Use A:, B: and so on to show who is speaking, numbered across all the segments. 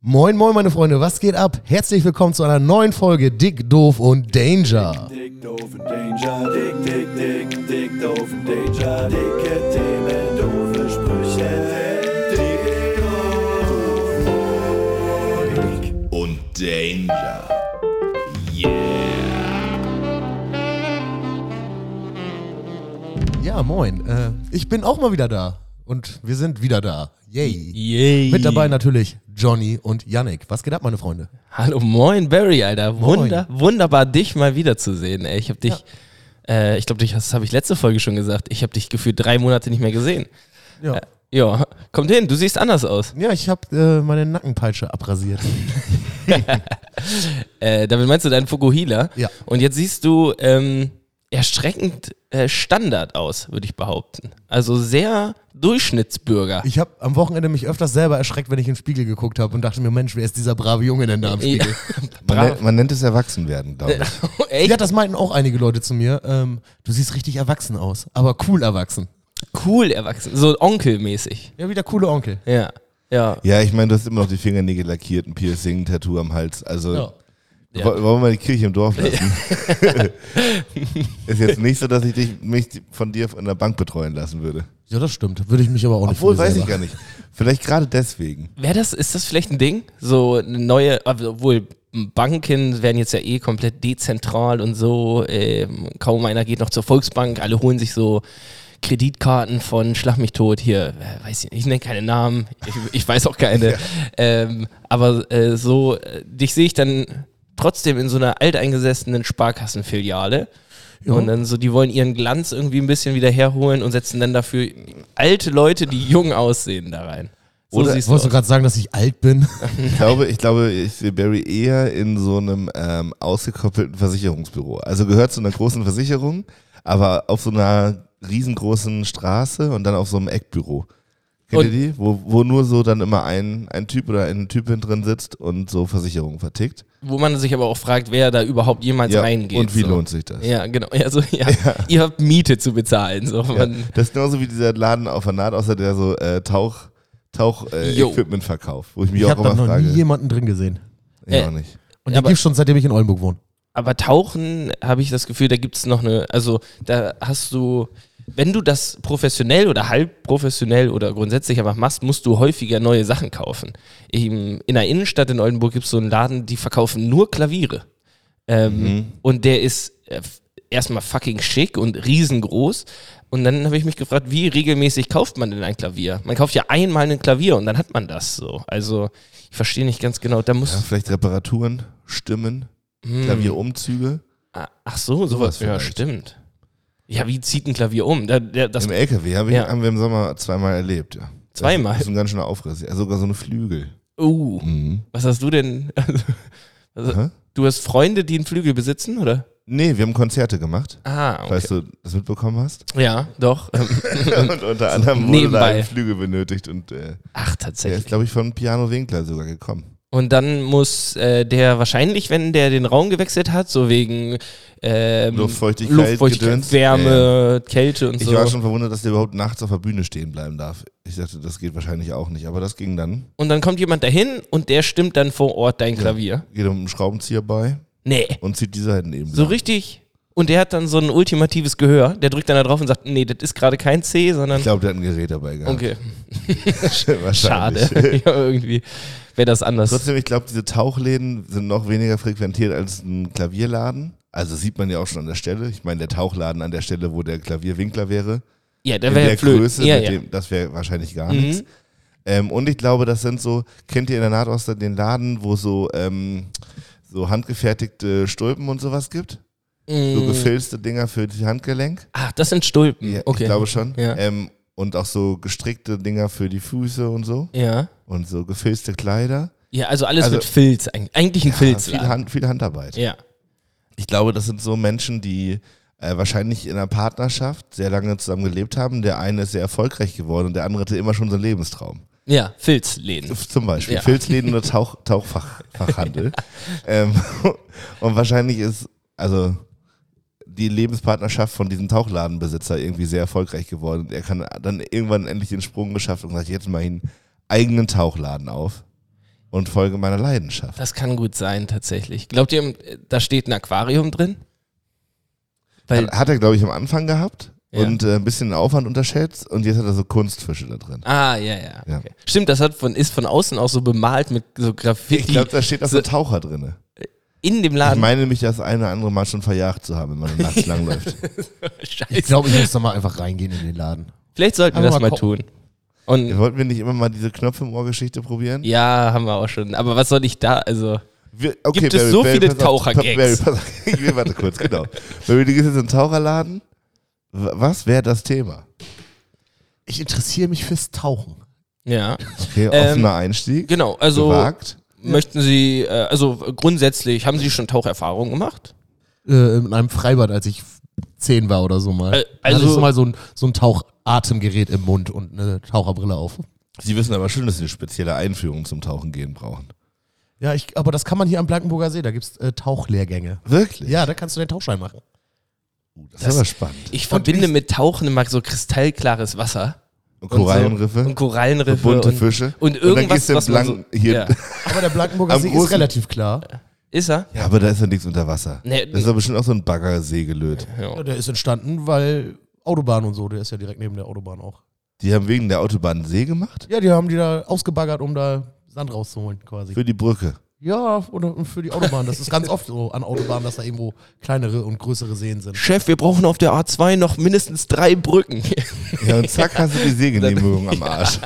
A: Moin, moin, meine Freunde, was geht ab? Herzlich willkommen zu einer neuen Folge Dick, Doof und Danger.
B: Dick, doof und Danger, dick, dick, dick, dick, doof und Danger, dicke Themen, doofe Sprüche, dick, doof und Danger.
A: Ja, moin. Äh, ich bin auch mal wieder da. Und wir sind wieder da. Yay.
C: Yay.
A: Mit dabei natürlich Johnny und Yannick. Was geht ab, meine Freunde?
C: Hallo, moin Barry, Alter.
A: Moin.
C: Wunder, wunderbar, dich mal wiederzusehen. Ey, ich habe dich, äh, ich glaube, dich, das habe ich letzte Folge schon gesagt. Ich habe dich gefühlt drei Monate nicht mehr gesehen.
A: Ja.
C: Äh, ja, kommt hin, du siehst anders aus.
A: Ja, ich habe äh, meine Nackenpeitsche abrasiert.
C: Äh, damit meinst du deinen Fukuhila.
A: Ja.
C: Und jetzt siehst du ähm, erschreckend äh, Standard aus, würde ich behaupten. Also sehr Durchschnittsbürger.
A: Ich habe am Wochenende mich öfters selber erschreckt, wenn ich in den Spiegel geguckt habe und dachte mir, Mensch, wer ist dieser brave Junge denn da am Spiegel?
D: Man,
C: Brav.
D: nennt- man nennt es Erwachsenwerden, glaube ich.
C: Echt
A: Ja, das meinten auch einige Leute zu mir. Ähm, du siehst richtig erwachsen aus, aber cool erwachsen.
C: cool erwachsen, so onkelmäßig.
A: Ja, wieder coole Onkel.
C: Ja, ja.
D: Ja, ich meine, du hast immer noch die Fingernägel lackiert, ein Piercing, ein Tattoo am Hals. Also
A: Ja.
C: Ja.
D: wo- wollen wir mal die Kirche im Dorf lassen. Ist jetzt nicht so, dass ich dich, mich von dir an der Bank betreuen lassen würde.
A: Ja, das stimmt. Würde ich mich aber auch nicht
D: Obwohl,
A: von mir
D: weiß ich
A: selber-
D: gar nicht. Vielleicht gerade deswegen.
C: Wäre das, ist das vielleicht ein Ding? So eine neue, obwohl Banken werden jetzt ja eh komplett dezentral und so, ähm, kaum einer geht noch zur Volksbank, alle holen sich so Kreditkarten von Schlag mich tot hier, äh, weiß ich nicht, ich nenne keine Namen, ich, ich weiß auch keine, ähm, aber äh, so, äh, dich sehe ich dann trotzdem in so einer alteingesessenen Sparkassenfiliale und dann so, die wollen ihren Glanz irgendwie ein bisschen wieder herholen und setzen dann dafür alte Leute, die jung aussehen, da rein. So
D: Oder-
C: siehst du
A: Wolltest
C: aus.
A: du gerade sagen, dass ich alt bin?
D: Ich glaube, ich glaube, ich sehe Barry eher in so einem ähm, ausgekoppelten Versicherungsbüro. Also gehört zu einer großen Versicherung, aber auf so einer riesengroßen Straße und dann auf so einem Eckbüro. Kennt
C: Und-
D: ihr die? Wo, wo nur so dann immer ein, ein Typ oder eine Typin drin sitzt und so Versicherungen vertickt.
C: wo man sich aber auch fragt, wer da überhaupt jemals reingeht.
D: und wie
C: so.
D: lohnt sich das?
C: Ja, genau. Ja, so, ja. Ihr habt Miete zu bezahlen. So.
D: Ja,
C: Man,
D: das ist genauso wie dieser Laden auf der Naht, außer der so äh, Tauch, Tauch äh,
C: Jo.
D: Equipment verkauft, wo ich mich
A: Ich
D: auch
A: habe da
D: immer
A: noch
D: frage.
A: nie jemanden drin gesehen.
D: Ich
C: Äh,
D: auch nicht.
A: Und
C: Ja,
A: die
C: aber-
A: gibt's schon, seitdem ich in Oldenburg wohne.
C: Aber Tauchen habe ich das Gefühl, da gibt es noch eine, also da hast du, wenn du das professionell oder halb professionell oder grundsätzlich einfach machst, musst du häufiger neue Sachen kaufen. Im- in der Innenstadt in Oldenburg gibt es so einen Laden, die verkaufen nur Klaviere. Ähm, Und der ist äh, f- erstmal fucking schick und riesengroß. Und dann habe ich mich gefragt, wie regelmäßig kauft man denn ein Klavier? Man kauft ja einmal ein Klavier und dann hat man das so. Also ich verstehe nicht ganz genau, da muss...
D: Ja, vielleicht Reparaturen, Stimmen,
C: Hm.
D: Klavierumzüge.
C: Ah, Ach so, sowas.
D: Sowas
C: Ja,
D: vielleicht.
C: stimmt. Ja, wie zieht ein Klavier um? Da, der, das
D: Im LKW hab ich,
C: Ja.
D: haben wir im Sommer zweimal erlebt, ja.
C: Zweimal?
D: Das ist ein ganz schöner Aufriss. Ja, sogar so eine Flügel.
C: uh,
D: Mhm.
C: was hast du denn? Also,
D: Hä?
C: du hast Freunde, die einen Flügel besitzen, oder?
D: Nee, wir haben Konzerte gemacht.
C: Ah, okay.
D: Falls du das mitbekommen hast.
C: ja, doch. Ähm,
D: und unter anderem wurde da
C: Nebenbei.
D: ein Flügel benötigt und äh,
C: Ach,
D: der ist,
C: tatsächlich.
D: glaube ich, von Piano Winkler sogar gekommen.
C: Und dann muss äh, der wahrscheinlich, wenn der den Raum gewechselt hat, so wegen ähm,
D: Luftfeuchtigkeit, Gedöns.
C: Wärme, Kälte und
D: Ich
C: so.
D: war schon verwundert, dass der überhaupt nachts auf der Bühne stehen bleiben darf. Ich dachte, das geht wahrscheinlich auch nicht, aber das ging dann.
C: Und dann kommt jemand dahin und der stimmt dann vor Ort dein Klavier.
D: Geht um einen Schraubenzieher bei
C: Nee.
D: und zieht die Seiten eben.
C: So richtig. Und der hat dann so ein ultimatives Gehör. Der drückt dann da drauf und sagt, nee, das ist gerade kein C, sondern...
D: Ich glaube, der hat ein Gerät dabei gehabt.
C: Okay,
D: Wahrscheinlich.
C: schade. ja, irgendwie wäre das anders.
D: Trotzdem, ich glaube, diese Tauchläden sind noch weniger frequentiert als ein Klavierladen. Also sieht man ja auch schon an der Stelle. Ich meine, der Tauchladen an der Stelle, wo der Klavierwinkler wäre,
C: ja, da
D: in
C: wäre
D: der
C: ja blöd.
D: Größe,
C: Ja,
D: mit
C: ja.
D: dem, das wäre wahrscheinlich gar nichts.
C: Mhm.
D: Ähm, und ich glaube, das sind so, kennt ihr in der Nahost den Laden, wo so, ähm, so handgefertigte Stulpen und sowas gibt?
C: Mhm.
D: So gefilzte Dinger für das Handgelenk?
C: Ach, Mm. Ah, das sind Stulpen.
D: Ja,
C: Mhm. okay.
D: Ich glaube schon.
C: Ja.
D: Ähm, und auch so gestrickte Dinger für die Füße und so.
C: ja.
D: Und so gefilzte Kleider.
C: ja, also alles
D: Also-
C: mit Filz. eig- Eigentlich ein Filz.
D: viel, Hand, viel Handarbeit.
C: Ja.
D: Ich glaube, das sind so Menschen, die äh, wahrscheinlich in einer Partnerschaft sehr lange zusammen gelebt haben. Der eine ist sehr erfolgreich geworden und der andere hatte immer schon so einen Lebenstraum.
C: ja, Filzläden.
D: Zum Beispiel
C: Ja.
D: Filzläden oder Tauch, Tauchfachhandel. ähm, und wahrscheinlich ist also die Lebenspartnerschaft von diesem Tauchladenbesitzer irgendwie sehr erfolgreich geworden. Er kann dann irgendwann endlich den Sprung geschafft und sagt, jetzt mal einen eigenen Tauchladen auf. und Folge meiner Leidenschaft.
C: Das kann gut sein, tatsächlich. Glaubt ihr, äh, da steht ein Aquarium drin? Weil,
D: Hat, hat er, glaube ich, am Anfang gehabt
C: Ja.
D: und äh, ein bisschen den Aufwand unterschätzt und jetzt hat er so Kunstfische da drin.
C: ah, ja, ja.
D: Ja.
C: Okay. Stimmt, das hat von, ist von außen auch so bemalt mit so Graffiti
D: Ich glaube, da steht auch so ein Taucher drin.
C: in dem
D: Ich
C: Laden.
D: meine nämlich, das eine oder andere Mal schon verjagt zu haben, wenn man nachts langläuft.
C: Scheiße.
A: Ich glaube, ich muss da mal einfach reingehen in den Laden.
C: Vielleicht sollten wir
A: Aber
C: das mal
A: mal
C: tun. Und
D: Wollten wir nicht immer mal diese Knopf im Ohr-Geschichte probieren?
C: ja, haben wir auch schon. Aber was soll ich da? Also,
D: Wir, okay,
C: Gibt es so viele
D: pass auf,
C: Tauchergags?
D: Barry, pass auf. Ich warte kurz, genau. Barry, du gehst jetzt in den Taucherladen. W- Was wäre das Thema?
A: Ich interessiere mich fürs Tauchen.
C: ja.
D: Okay,
C: Ähm,
D: offener Einstieg.
C: Genau, also
D: gewagt.
C: möchten Sie, äh, also grundsätzlich, haben Sie schon Taucherfahrung gemacht?
A: Äh, in einem Freibad, als ich zehn war oder so mal.
C: Äh,
A: also hatte
C: also-
A: ich so mal so ein, so ein Tauchatemgerät im Mund und eine Taucherbrille auf.
D: Sie wissen aber schon, dass Sie eine spezielle Einführung zum Tauchen gehen brauchen.
A: Ja, ich, aber das kann man hier am Blankenburger See, da gibt es äh, Tauchlehrgänge.
D: Wirklich?
A: Ja, da kannst du den Tauchschein machen.
D: Uh, das,
C: Das-
D: ist aber spannend.
C: Ich verbinde mit Tauchen immer so kristallklares Wasser
D: Und Korallenriffe,
C: und Korallenriffe
D: bunte
C: und,
D: Fische.
C: und
D: Und dann
C: irgendwas,
D: gehst du
C: was man so,
D: entlang hier.
C: Ja.
A: Aber der Blankenburger
D: Am
A: See ist
D: großen-
A: relativ klar.
C: Ist er?
D: Ja, aber da ist ja nichts unter Wasser.
C: Nee,
D: das ist aber bestimmt auch so ein Baggersee gelöt.
A: Ja, der ist entstanden, weil Autobahn und so, der ist ja direkt neben der Autobahn auch.
D: Die haben wegen der Autobahn einen See gemacht?
A: Ja, die haben die da ausgebaggert, um da Sand rauszuholen quasi.
D: Für die Brücke.
A: Ja, oder für die Autobahn. Das ist ganz oft so an Autobahnen, dass da irgendwo kleinere und größere Seen sind.
C: Chef, wir brauchen auf der A2 noch mindestens drei Brücken.
D: Ja, und zack, hast du die Seegenehmigung am Arsch.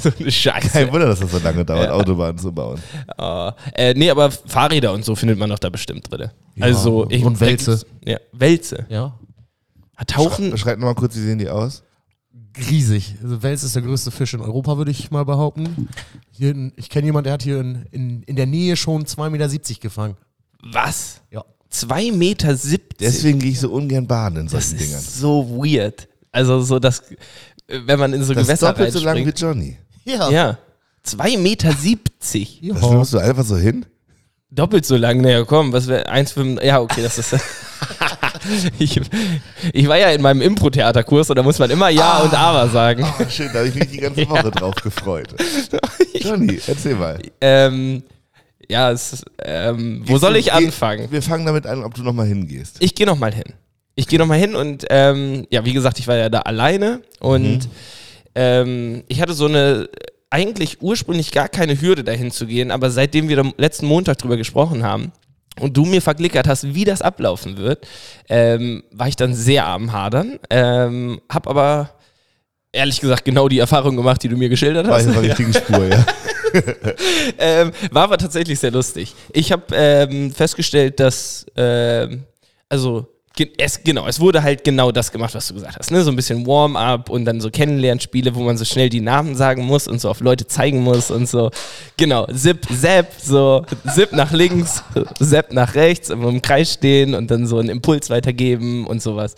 C: so eine Scheiße.
D: Kein Wunder, dass das so lange dauert, Autobahnen zu bauen.
C: Ah, äh, nee, aber Fahrräder und so findet man doch da bestimmt drin. also, ich,
A: und
C: da
A: Wälze.
C: gibt's- Ja, Wälze. Ah,
A: Ja.
C: Tauchen,
D: Schreibt nochmal kurz, wie sehen die aus?
A: Riesig. Also Wels ist der größte Fisch in Europa, würde ich mal behaupten. Hier in, ich kenne jemanden, der hat hier in, in, in der Nähe schon 2,70 Meter gefangen.
C: was?
A: Ja.
C: 2,70 Meter.
D: Deswegen gehe ich so ungern baden in
C: Das
D: solchen Dingern.
C: ist so weird. Also so das, äh, wenn man in so
D: Das ist
C: Gewässer
D: doppelt so lang wie
C: reinspringt. Oh.
D: Johnny.
A: Ja.
C: ja. 2,70 Meter. 70.
D: Das schwimmst du einfach so hin?
C: Doppelt so lang. Naja, komm, was wäre 1,5? Ja, okay, das ist. ich, ich war ja in meinem Impro-Theaterkurs und da muss man immer Ja
D: Ah.
C: und Aber sagen.
D: Oh, schön, da habe ich mich die ganze Woche drauf gefreut. Johnny, erzähl mal.
C: Ähm, ja, es, ist, ähm, wo
D: Gehst
C: soll
D: du-
C: ich
D: geh-
C: anfangen?
D: Wir fangen damit an, ob du nochmal hingehst.
C: ich gehe nochmal hin. Ich gehe nochmal hin und ähm, ja, wie gesagt, ich war ja da alleine und ähm, ich hatte so eine eigentlich ursprünglich gar keine Hürde dahin zu gehen, aber seitdem wir am letzten Montag drüber gesprochen haben und du mir verglickert hast, wie das ablaufen wird, ähm, war ich dann sehr am Hadern, ähm, hab aber ehrlich gesagt genau die Erfahrung gemacht, die du mir geschildert
D: War ich
C: hast.
D: auf der richtigen Spur, ja.
C: Ähm, war aber tatsächlich sehr lustig. Ich habe ähm, festgestellt, dass, ähm, also, ge- es, genau, es wurde halt genau das gemacht, was du gesagt hast. Ne? So ein bisschen Warm-up und dann so Kennenlernspiele, wo man so schnell die Namen sagen muss und so auf Leute zeigen muss und so. Genau, Zip, Zap, so Zip nach links, Zap nach rechts, immer im Kreis stehen und dann so einen Impuls weitergeben und sowas.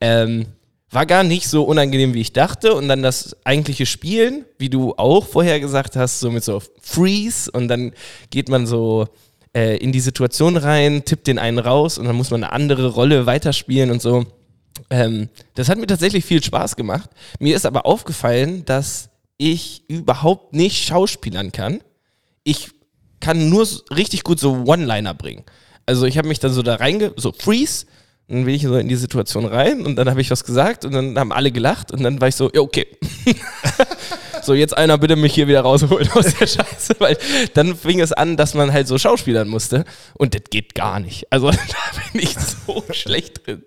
C: Ähm, war gar nicht so unangenehm, wie ich dachte. Und dann das eigentliche Spielen, wie du auch vorher gesagt hast, so mit so Freeze und dann geht man so äh, in die Situation rein, tippt den einen raus und dann muss man eine andere Rolle weiterspielen und so. Ähm, das hat mir tatsächlich viel Spaß gemacht. Mir ist aber aufgefallen, dass ich überhaupt nicht schauspielern kann. Ich kann nur so richtig gut so One-Liner bringen. Also ich habe mich dann so da reinge... So, Freeze. Dann bin ich so in die Situation rein und dann habe ich was gesagt und dann haben alle gelacht und dann war ich so, ja, okay. so, jetzt einer bitte mich hier wieder rausholen aus der Scheiße, weil dann fing es an, dass man halt so schauspielern musste und das geht gar nicht. Also da bin ich so schlecht drin.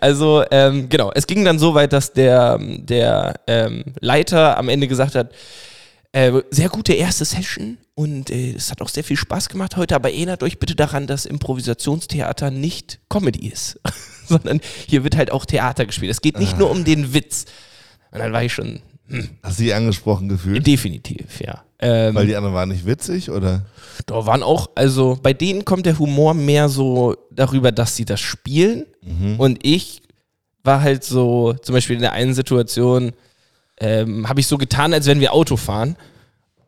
C: Also ähm, genau, es ging dann so weit, dass der, der ähm, Leiter am Ende gesagt hat, äh, sehr gute erste Session und äh, es hat auch sehr viel Spaß gemacht heute, aber erinnert euch bitte daran, dass Improvisationstheater nicht Comedy ist, sondern hier wird halt auch Theater gespielt. Es geht
D: Ah.
C: nicht nur um den Witz. Und dann war ich schon
D: Hast du dich angesprochen gefühlt?
C: definitiv, ja. Ähm,
D: Hm? Weil die anderen waren nicht witzig, oder?
C: Da waren auch, also bei denen kommt der Humor mehr so darüber, dass sie das spielen.
D: Mhm.
C: Und ich war halt so, zum Beispiel in der einen Situation, ähm, habe ich so getan, als wenn wir Auto fahren.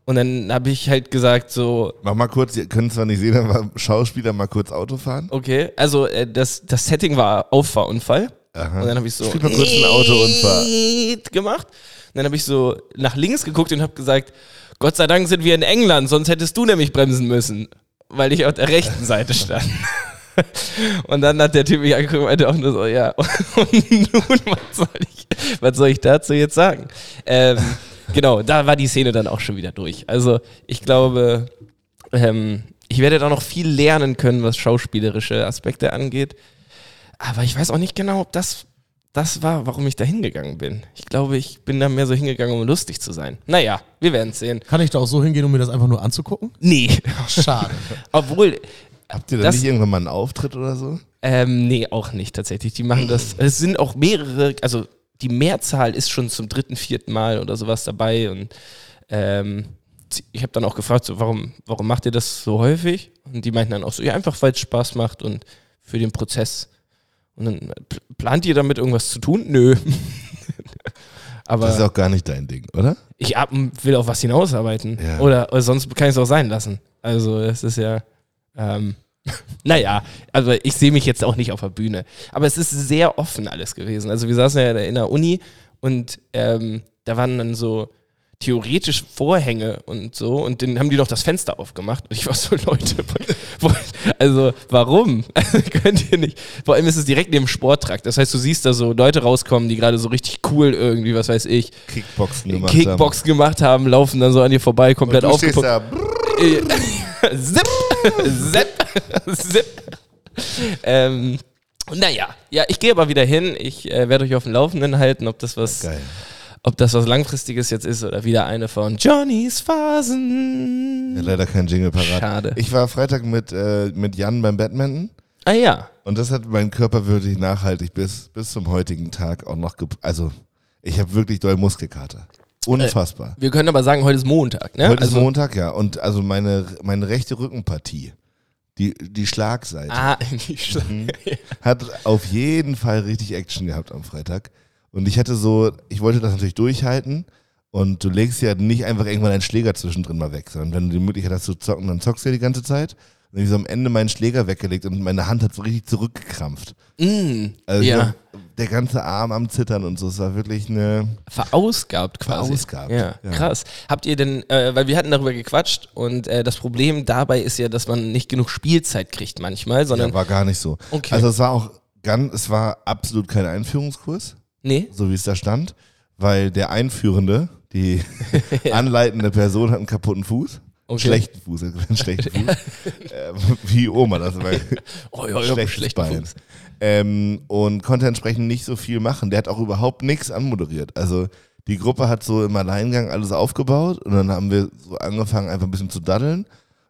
C: Und dann habe ich halt gesagt, so,
D: Mach mal kurz, ihr könnt zwar nicht sehen, aber Schauspieler mal kurz Auto fahren.
C: okay, also äh, das, das Setting war Auffahrunfall.
D: Aha.
C: Und dann habe ich so
D: Spiel mal kurz einen Autounfall.
C: gemacht. Und dann habe ich so nach links geguckt und habe gesagt, Gott sei Dank sind wir in England, sonst hättest du nämlich bremsen müssen, weil ich auf der rechten Seite stand. Und dann hat der Typ mich angeguckt und meinte auch nur so, ja, und nun, was soll ich, was soll ich dazu jetzt sagen? Ähm, genau, da war die Szene dann auch schon wieder durch. Also ich glaube, ähm, ich werde da noch viel lernen können, was schauspielerische Aspekte angeht. Aber ich weiß auch nicht genau, ob das das war, warum ich da hingegangen bin. Ich glaube, ich bin da mehr so hingegangen, um lustig zu sein. Naja, wir werden es sehen.
A: Kann ich da auch so hingehen, um mir das einfach nur anzugucken?
C: Nee,
A: Schade.
C: obwohl,
D: Habt ihr da
C: Das-
D: nicht irgendwann mal einen Auftritt oder so?
C: ähm, nee, auch nicht tatsächlich. Die machen das, es sind auch mehrere, also die Mehrzahl ist schon zum dritten, vierten Mal oder sowas dabei und ähm, ich habe dann auch gefragt, so, warum, warum macht ihr das so häufig? Und die meinten dann auch so, ja, einfach weil es Spaß macht und für den Prozess. Und dann äh, pl- plant ihr damit irgendwas zu tun? Nö. Aber
D: Das ist auch gar nicht dein Ding, oder?
C: ich ab, will auf was hinausarbeiten.
D: Ja.
C: Oder, oder sonst kann ich es auch sein lassen. Also es ist ja, ähm, naja, also ich sehe mich jetzt auch nicht auf der Bühne. Aber es ist sehr offen alles gewesen. Also wir saßen ja in der Uni und ähm, da waren dann so theoretisch Vorhänge und so und dann haben die doch das Fenster aufgemacht und ich war so, Leute, wo- wo- also warum? Also könnt ihr nicht. Vor allem ist es direkt neben dem Sporttrakt. Das heißt, du siehst da so Leute rauskommen, die gerade so richtig cool irgendwie, was weiß ich,
D: Kickboxen gemacht
C: Kickbox gemacht haben, laufen dann so an dir vorbei,
D: haben.
C: komplett
D: Und du stehst
C: aufgepumpt.
D: da, brrr,
C: zip, zip, zip. Ähm, naja, ja, ich gehe aber wieder hin. Ich äh, werde euch auf dem Laufenden halten, ob das was,
D: geil.
C: ob das was langfristiges jetzt ist oder wieder eine von Johnnys Phasen.
D: Ja, leider kein Jingle parat.
C: Schade.
D: Ich war Freitag mit, äh, mit Jan beim Badminton
C: Ah ja,
D: und das hat meinen Körper wirklich nachhaltig bis, bis zum heutigen Tag auch noch, ge also ich habe wirklich doll Muskelkater. Unfassbar.
C: wir können aber sagen, heute ist Montag, ne?
D: Heute
C: also,
D: ist Montag, ja. Und also meine, meine rechte Rückenpartie, die, die Schlagseite,
C: Ah, die Schla-
D: Mhm. hat auf jeden Fall richtig Action gehabt am Freitag. Und ich hatte so, ich wollte das natürlich durchhalten. Und du legst ja nicht einfach irgendwann deinen Schläger zwischendrin mal weg, sondern wenn du die Möglichkeit hast zu zocken, dann zockst du ja die ganze Zeit. Und dann hab ich so am Ende meinen Schläger weggelegt und meine Hand hat so richtig zurückgekrampft.
C: Mm,
D: Also ich
C: ja,
D: hab der ganze Arm am Zittern und so. Es war wirklich eine.
C: verausgabt quasi.
D: Verausgabt,
C: Ja,
D: ja.
C: krass. Habt ihr denn, äh, weil wir hatten darüber gequatscht und äh, das Problem dabei ist ja, dass man nicht genug Spielzeit kriegt manchmal, sondern
D: Ja, war gar nicht so.
C: Okay.
D: Also es war auch ganz, es war absolut kein Einführungskurs.
C: Nee,
D: so wie es da stand, weil der Einführende, die anleitende Person hat einen kaputten Fuß.
C: Okay.
D: Schlechten Fuß, hat einen schlechten Fuß. ähm, wie Oma, das war
C: oh, ja, ja,
D: schlechtes
C: schlechter
D: Bein.
C: Fuß.
D: Ähm, und konnte entsprechend nicht so viel machen. Der hat auch überhaupt nichts anmoderiert. Also die Gruppe hat so im Alleingang alles aufgebaut und dann haben wir so angefangen, einfach ein bisschen zu daddeln.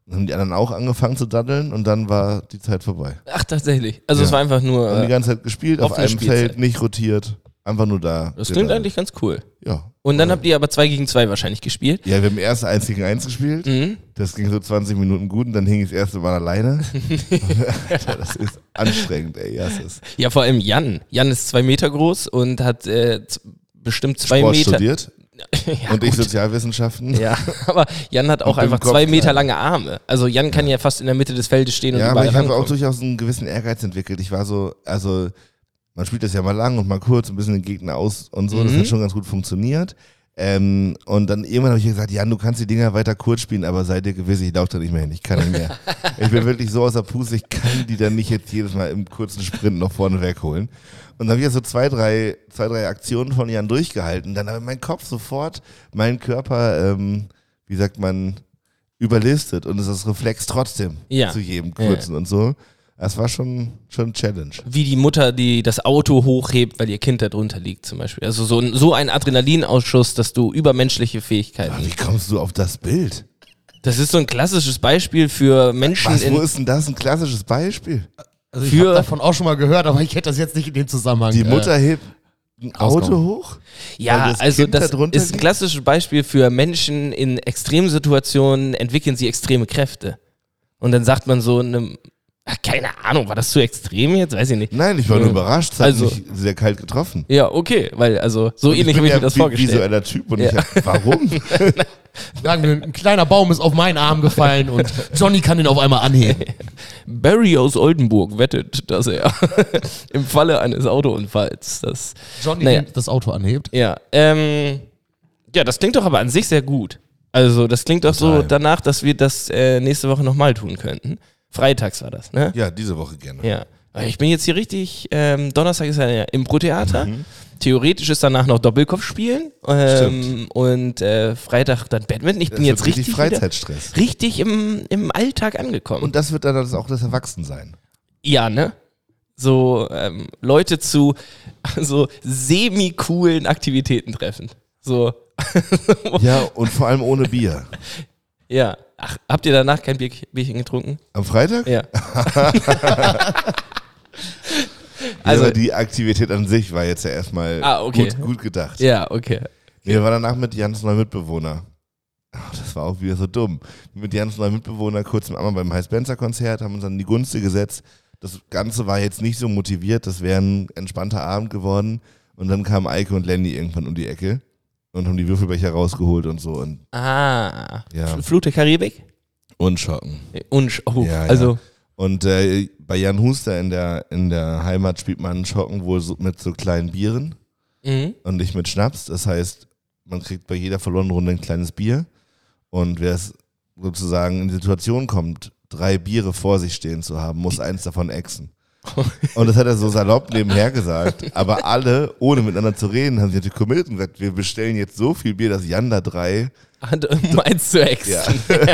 D: Dann haben die anderen auch angefangen zu daddeln und dann war die Zeit vorbei.
C: Ach, tatsächlich. Also es
D: Ja.
C: war einfach nur.
D: Haben die
C: Äh,
D: ganze Zeit gespielt, auf
C: offene
D: einem Feld,
C: Spielzeit.
D: nicht rotiert, einfach nur da.
C: äh, das klingt
D: gedaddelt.
C: eigentlich ganz cool.
D: Ja.
C: Und dann habt ihr aber zwei gegen zwei wahrscheinlich gespielt.
D: Ja, wir haben erst eins gegen eins gespielt.
C: Mhm.
D: Das ging so 20 Minuten gut und dann hing ich das erste Mal alleine. Alter, das ist anstrengend, ey. Ja, es ist
C: Ja, vor allem Jan. Jan ist zwei Meter groß und hat äh, z- bestimmt zwei
D: Sport
C: Meter.
D: studiert
C: Ja,
D: und ich
C: gut.
D: Sozialwissenschaften.
C: ja, aber Jan hat auch
D: bin
C: einfach
D: Kopf
C: zwei Meter
D: klein.
C: lange Arme. Also Jan kann ja fast in der Mitte des Feldes stehen und
D: Ja, aber
C: überall
D: ich habe auch
C: rankommen.
D: durchaus einen gewissen Ehrgeiz entwickelt. Ich war so, also man spielt das ja mal lang und mal kurz, ein bisschen den Gegner aus und so. Das
C: Mhm.
D: hat schon ganz gut funktioniert. Ähm, und dann irgendwann habe ich gesagt, Jan, du kannst die Dinger weiter kurz spielen, aber sei dir gewiss, ich laufe da nicht mehr hin. Ich kann nicht mehr. ich bin wirklich so außer Puste, ich kann die dann nicht jetzt jedes Mal im kurzen Sprint noch vorne wegholen. Und dann habe ich ja so zwei drei, zwei, drei Aktionen von Jan durchgehalten. Dann habe ich meinen Kopf sofort, meinen Körper, ähm, wie sagt man, überlistet und es ist das Reflex trotzdem
C: Ja.
D: zu jedem kurzen und so. Das war schon, schon ein Challenge.
C: Wie die Mutter, die das Auto hochhebt, weil ihr Kind da drunter liegt zum Beispiel. Also so ein, so ein Adrenalinausschuss, dass du übermenschliche
D: Aber
C: Fähigkeiten.
D: wie kommst du auf das Bild?
C: Das ist so ein klassisches Beispiel für Menschen
D: Was,
C: in
D: wo ist denn das ein klassisches Beispiel?
A: Also ich
C: Für-
A: habe davon auch schon mal gehört, aber ich hätte das jetzt nicht in dem Zusammenhang.
D: Die
A: äh,
D: Mutter hebt ein
A: rauskommen.
D: Auto hoch?
C: Ja,
D: Weil das
C: also
D: Kind da
C: das
D: drunter
C: ist ein
D: liegt?
C: klassisches Beispiel für Menschen in Extremsituationen entwickeln sie extreme Kräfte. Und dann sagt man so einem, ach, keine Ahnung, war das zu extrem jetzt? Weiß ich nicht.
D: Nein, ich war nur überrascht. Es hat
C: Also-
D: mich sehr kalt getroffen.
C: Ja, okay, weil also so
D: ich
C: ähnlich
D: bin
C: habe ich
D: ja
C: mir das
D: vi-
C: vorgestellt.
D: visueller Typ und
C: Ja.
D: ich hab, warum?
A: Äh, Sagen wir, ein kleiner Baum ist auf meinen Arm gefallen und Johnny kann ihn auf einmal anheben.
C: Barry aus Oldenburg wettet, dass er im Falle eines Autounfalls das.
A: Johnny
C: Naja.
A: das Auto anhebt.
C: Ja, ähm, ja, das klingt doch aber an sich sehr gut. Also das klingt doch so
D: Total.
C: danach, dass wir das äh, nächste Woche nochmal tun könnten. Freitags war das, ne?
D: Ja, diese Woche gerne.
C: Ja. Aber Ich bin jetzt hier richtig, ähm, Donnerstag ist ja der Impro-Theater. Theoretisch ist danach noch Doppelkopf spielen. Ähm,
D: Mhm. Stimmt.
C: und äh, Freitag dann Badminton. Ich bin
D: Das
C: jetzt
D: wird
C: richtig, wieder,
D: Freizeitstress.
C: richtig im, im Alltag angekommen.
D: Und das wird dann das auch das Erwachsensein.
C: ja, ne? So ähm, Leute zu so semi-coolen Aktivitäten treffen. So, Oh.
D: Ja, und vor allem ohne Bier.
C: ja. Ach, habt ihr danach kein Bier, Bierchen getrunken?
D: Am Freitag?
C: Ja.
D: Also
C: also,
D: aber die Aktivität an sich war jetzt ja erstmal
C: Ah, okay.
D: gut, gut gedacht.
C: ja, okay.
D: Wir waren danach mit Jans neuer Mitbewohner. Ach, das war auch wieder so dumm. Mit Jans neuer Mitbewohner kurz einmal beim High-Spencer-Konzert, haben uns dann in die Gunste gesetzt. Das Ganze war jetzt nicht so motiviert, das wäre ein entspannter Abend geworden. Und dann kamen Eike und Lenny irgendwann um die Ecke und haben die Würfelbecher rausgeholt und so und,
C: Ah.
D: Ja.
C: Fl- Flut der Karibik?
D: und schocken.
C: Und, oh,
D: Ja, ja.
C: also,
D: Und äh, bei Jan Huster in der, in der Heimat spielt man Schocken wohl so, mit so kleinen Bieren.
C: mhm.
D: und ich mit Schnaps. Das heißt, man kriegt bei jeder verlorenen Runde ein kleines Bier. Und wer es sozusagen in die Situation kommt, drei Biere vor sich stehen zu haben, muss eins davon exen. Und das hat er so salopp nebenher gesagt. Aber alle, ohne miteinander zu reden, haben sich natürlich committed und gesagt, wir bestellen jetzt so viel Bier, dass Jan da drei.
C: Hat- um eins zu exen.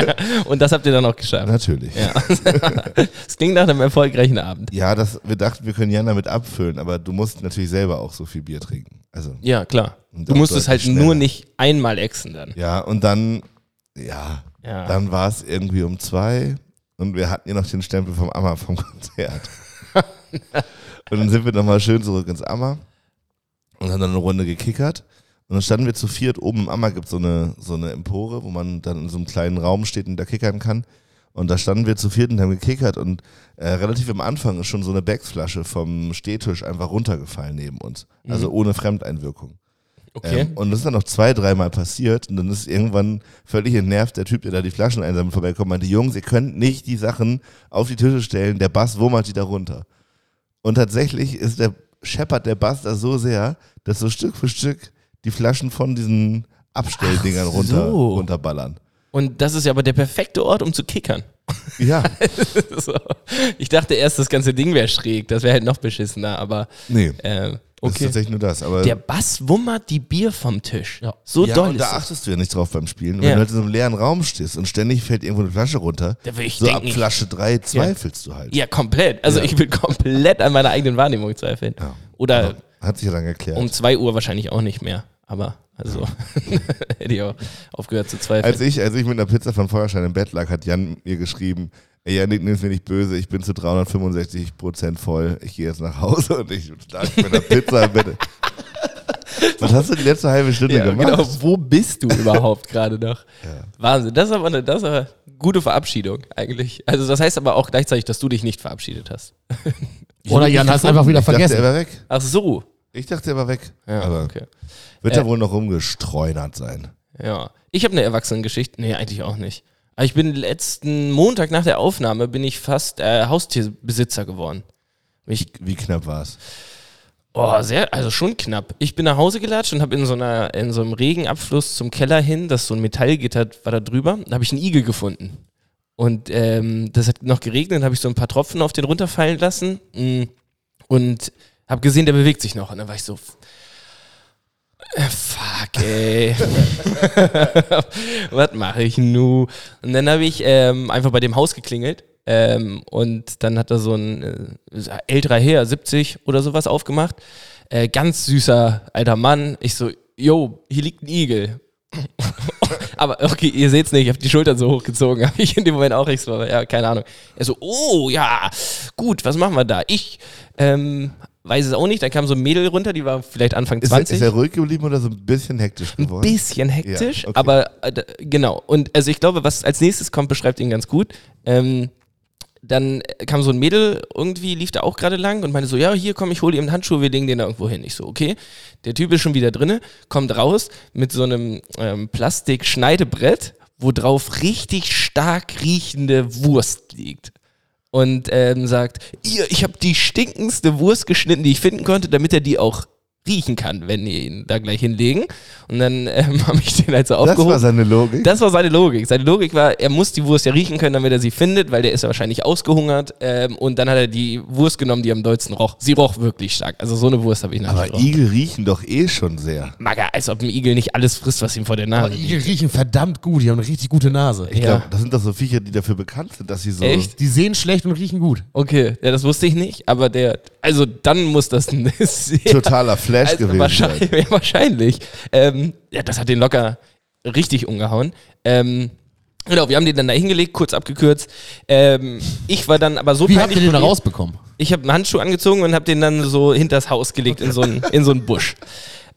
C: Und das habt ihr dann auch geschafft.
D: Natürlich. Ja.
C: Ja. Es klingt nach einem erfolgreichen Abend.
D: das, wir dachten, wir können Jan damit abfüllen, aber du musst natürlich selber auch so viel Bier trinken. Also,
C: Ja, klar.
D: Und
C: Du
D: auch
C: musstest
D: deutlich
C: halt nur
D: schneller.
C: nicht einmal exen dann.
D: ja, und dann, ja,
C: Ja.
D: Dann war es irgendwie um zwei und wir hatten ja noch den Stempel vom Ammer vom Konzert. und dann sind wir nochmal schön zurück ins Ammer und haben dann eine Runde gekickert. Und dann standen wir zu viert oben im Ammer, gibt so eine, so eine Empore, wo man dann in so einem kleinen Raum steht und da kickern kann. Und da standen wir zu viert und haben gekickert und äh, relativ am Anfang ist schon so eine Backsflasche vom Stehtisch einfach runtergefallen neben uns. Also ohne Fremdeinwirkung.
C: Okay.
D: Ähm, und das ist dann noch zwei, dreimal passiert und dann ist irgendwann völlig entnervt der Typ, der da die Flaschen einsammelt, vorbeikommt, meinte, Jungs, ihr könnt nicht die Sachen auf die Tische stellen, der Bass wummert die da runter. Und tatsächlich ist der, scheppert der Bass da so sehr, dass so Stück für Stück die Flaschen von diesen Abstelldingern
C: Ach
D: runter,
C: so.
D: runterballern.
C: Und das ist ja aber der perfekte Ort, um zu kickern.
D: Ja,
C: so. Ich dachte erst, das ganze Ding wäre schräg. Das wäre halt noch beschissener, aber
D: nee,
C: ähm,
D: das ist
C: okay.
D: tatsächlich nur das. Aber
C: Der Bass wummert die Bier vom Tisch.
A: Ja.
C: So
D: Äh. ja,
C: doll
D: und
C: ist
D: da
C: das.
D: achtest du ja nicht drauf beim Spielen. Und
C: Ja.
D: Wenn du halt in so einem leeren Raum stehst und ständig fällt irgendwo eine Flasche runter,
C: Da will ich
D: so ab
C: denken, ich-
D: Flasche drei zweifelst du halt.
C: Ja, komplett. Also
D: Ja.
C: ich will komplett an meiner eigenen Wahrnehmung zweifeln.
D: Ja.
C: Oder
D: Aber Hat sich ja dann geklärt.
C: um 2 Uhr wahrscheinlich auch nicht mehr. Aber also hätte ich auch aufgehört zu zweifeln.
D: Als ich, als ich mit einer Pizza von Feuerstein im Bett lag, hat Jan mir geschrieben, ey Janik, nimm's mir nicht böse, ich bin zu 365 Prozent voll, ich gehe jetzt nach Hause und ich lag mit einer Pizza im Bett. Was hast du die letzte halbe Stunde
C: ja,
D: gemacht?
C: genau, wo bist du überhaupt gerade noch? Wahnsinn, das ist aber eine, das ist aber eine gute Verabschiedung eigentlich. Also das heißt aber auch gleichzeitig, dass du dich nicht verabschiedet hast.
A: Oder Jan hat es einfach wieder
D: ich Dachte, er
A: vergessen.
D: war weg.
C: Ach so.
D: Ich dachte, er war weg.
C: Ja,
D: Aber
C: okay.
D: wird er
C: Äh.
D: wohl noch rumgestreunert sein.
C: Ja. Ich habe eine Erwachsenengeschichte. Nee, eigentlich auch nicht. Aber ich bin letzten Montag nach der Aufnahme bin ich fast äh, Haustierbesitzer geworden. Mich
D: Wie knapp war's?
C: Oh, sehr, also schon knapp. Ich bin nach Hause gelatscht und habe in so einer, in so einem Regenabfluss zum Keller hin, das ist so ein Metallgitter war da drüber, da habe ich einen Igel gefunden. Und ähm, das hat noch geregnet, habe ich so ein paar Tropfen auf den runterfallen lassen mm, und habe gesehen, der bewegt sich noch. Und dann war ich so, äh, fuck, ey. Was mache ich nu? Und dann habe ich ähm, einfach bei dem Haus geklingelt. Ähm, und dann hat er so ein äh, älterer Herr, 70 oder sowas, aufgemacht. Äh, ganz süßer alter Mann. Ich so, yo, hier liegt ein Igel. aber okay, ihr seht's nicht, ich habe die Schultern so hochgezogen, habe ich in dem Moment auch nichts, aber ja, keine Ahnung. Er so, oh ja, gut, was machen wir da? Ich ähm, weiß es auch nicht, dann kam so ein Mädel runter, die war vielleicht Anfang
D: Ist er,
C: 20
D: ist er ruhig geblieben oder so ein bisschen hektisch
C: ein
D: geworden?
C: bisschen hektisch,
D: Ja, okay.
C: aber äh, d- genau. Und also ich glaube, was als nächstes kommt, beschreibt ihn ganz gut. Ähm, dann kam so ein Mädel irgendwie, lief da auch gerade lang und meinte so, ja, hier komm, ich hole ihm Handschuhe, wir legen den da irgendwo hin. Ich so, okay. Der Typ ist schon wieder drinne, kommt raus mit so einem ähm, Plastik-Schneidebrett, wo drauf richtig stark riechende Wurst liegt und ähm, sagt, ihr, ich habe die stinkendste Wurst geschnitten, die ich finden konnte, damit er die auch riechen kann, wenn die ihn da gleich hinlegen. Und dann ähm, habe ich den halt so
D: Das war
C: aufgehoben.
D: seine Logik.
C: Das war seine Logik. Seine Logik war, er muss die Wurst ja riechen können, damit er sie findet, weil der ist ja wahrscheinlich ausgehungert. Ähm, und dann hat er die Wurst genommen, die am deutschen roch. Sie roch wirklich stark. Also so eine Wurst habe ich noch
D: Aber
C: nicht gerochen.
D: Igel riechen doch eh schon sehr.
C: Magger, als ob ein Igel nicht alles frisst, was ihm vor der Nase
A: Aber
C: liegt.
A: Igel riechen verdammt gut, die haben eine richtig gute Nase.
D: Ich
C: Ja.
D: glaube, das sind doch so Viecher, die dafür bekannt sind, dass sie so.
C: Echt?
A: Die sehen schlecht und riechen gut.
C: Okay, ja, das wusste ich nicht, aber der, also dann muss das ein sehr-
D: Totaler Flash
C: Also
D: gewesen. sein.
C: wahrscheinlich, ja, wahrscheinlich. Ähm, ja, das hat den locker richtig umgehauen. Ähm, genau, wir haben den dann da hingelegt, kurz abgekürzt. Ähm, ich war dann aber so
A: Wie habt
C: peinlich
A: ihr den da
C: berührt.
A: rausbekommen?
C: Ich habe einen Handschuh angezogen und habe den dann so hinters Haus gelegt in so einen, in so einen Busch.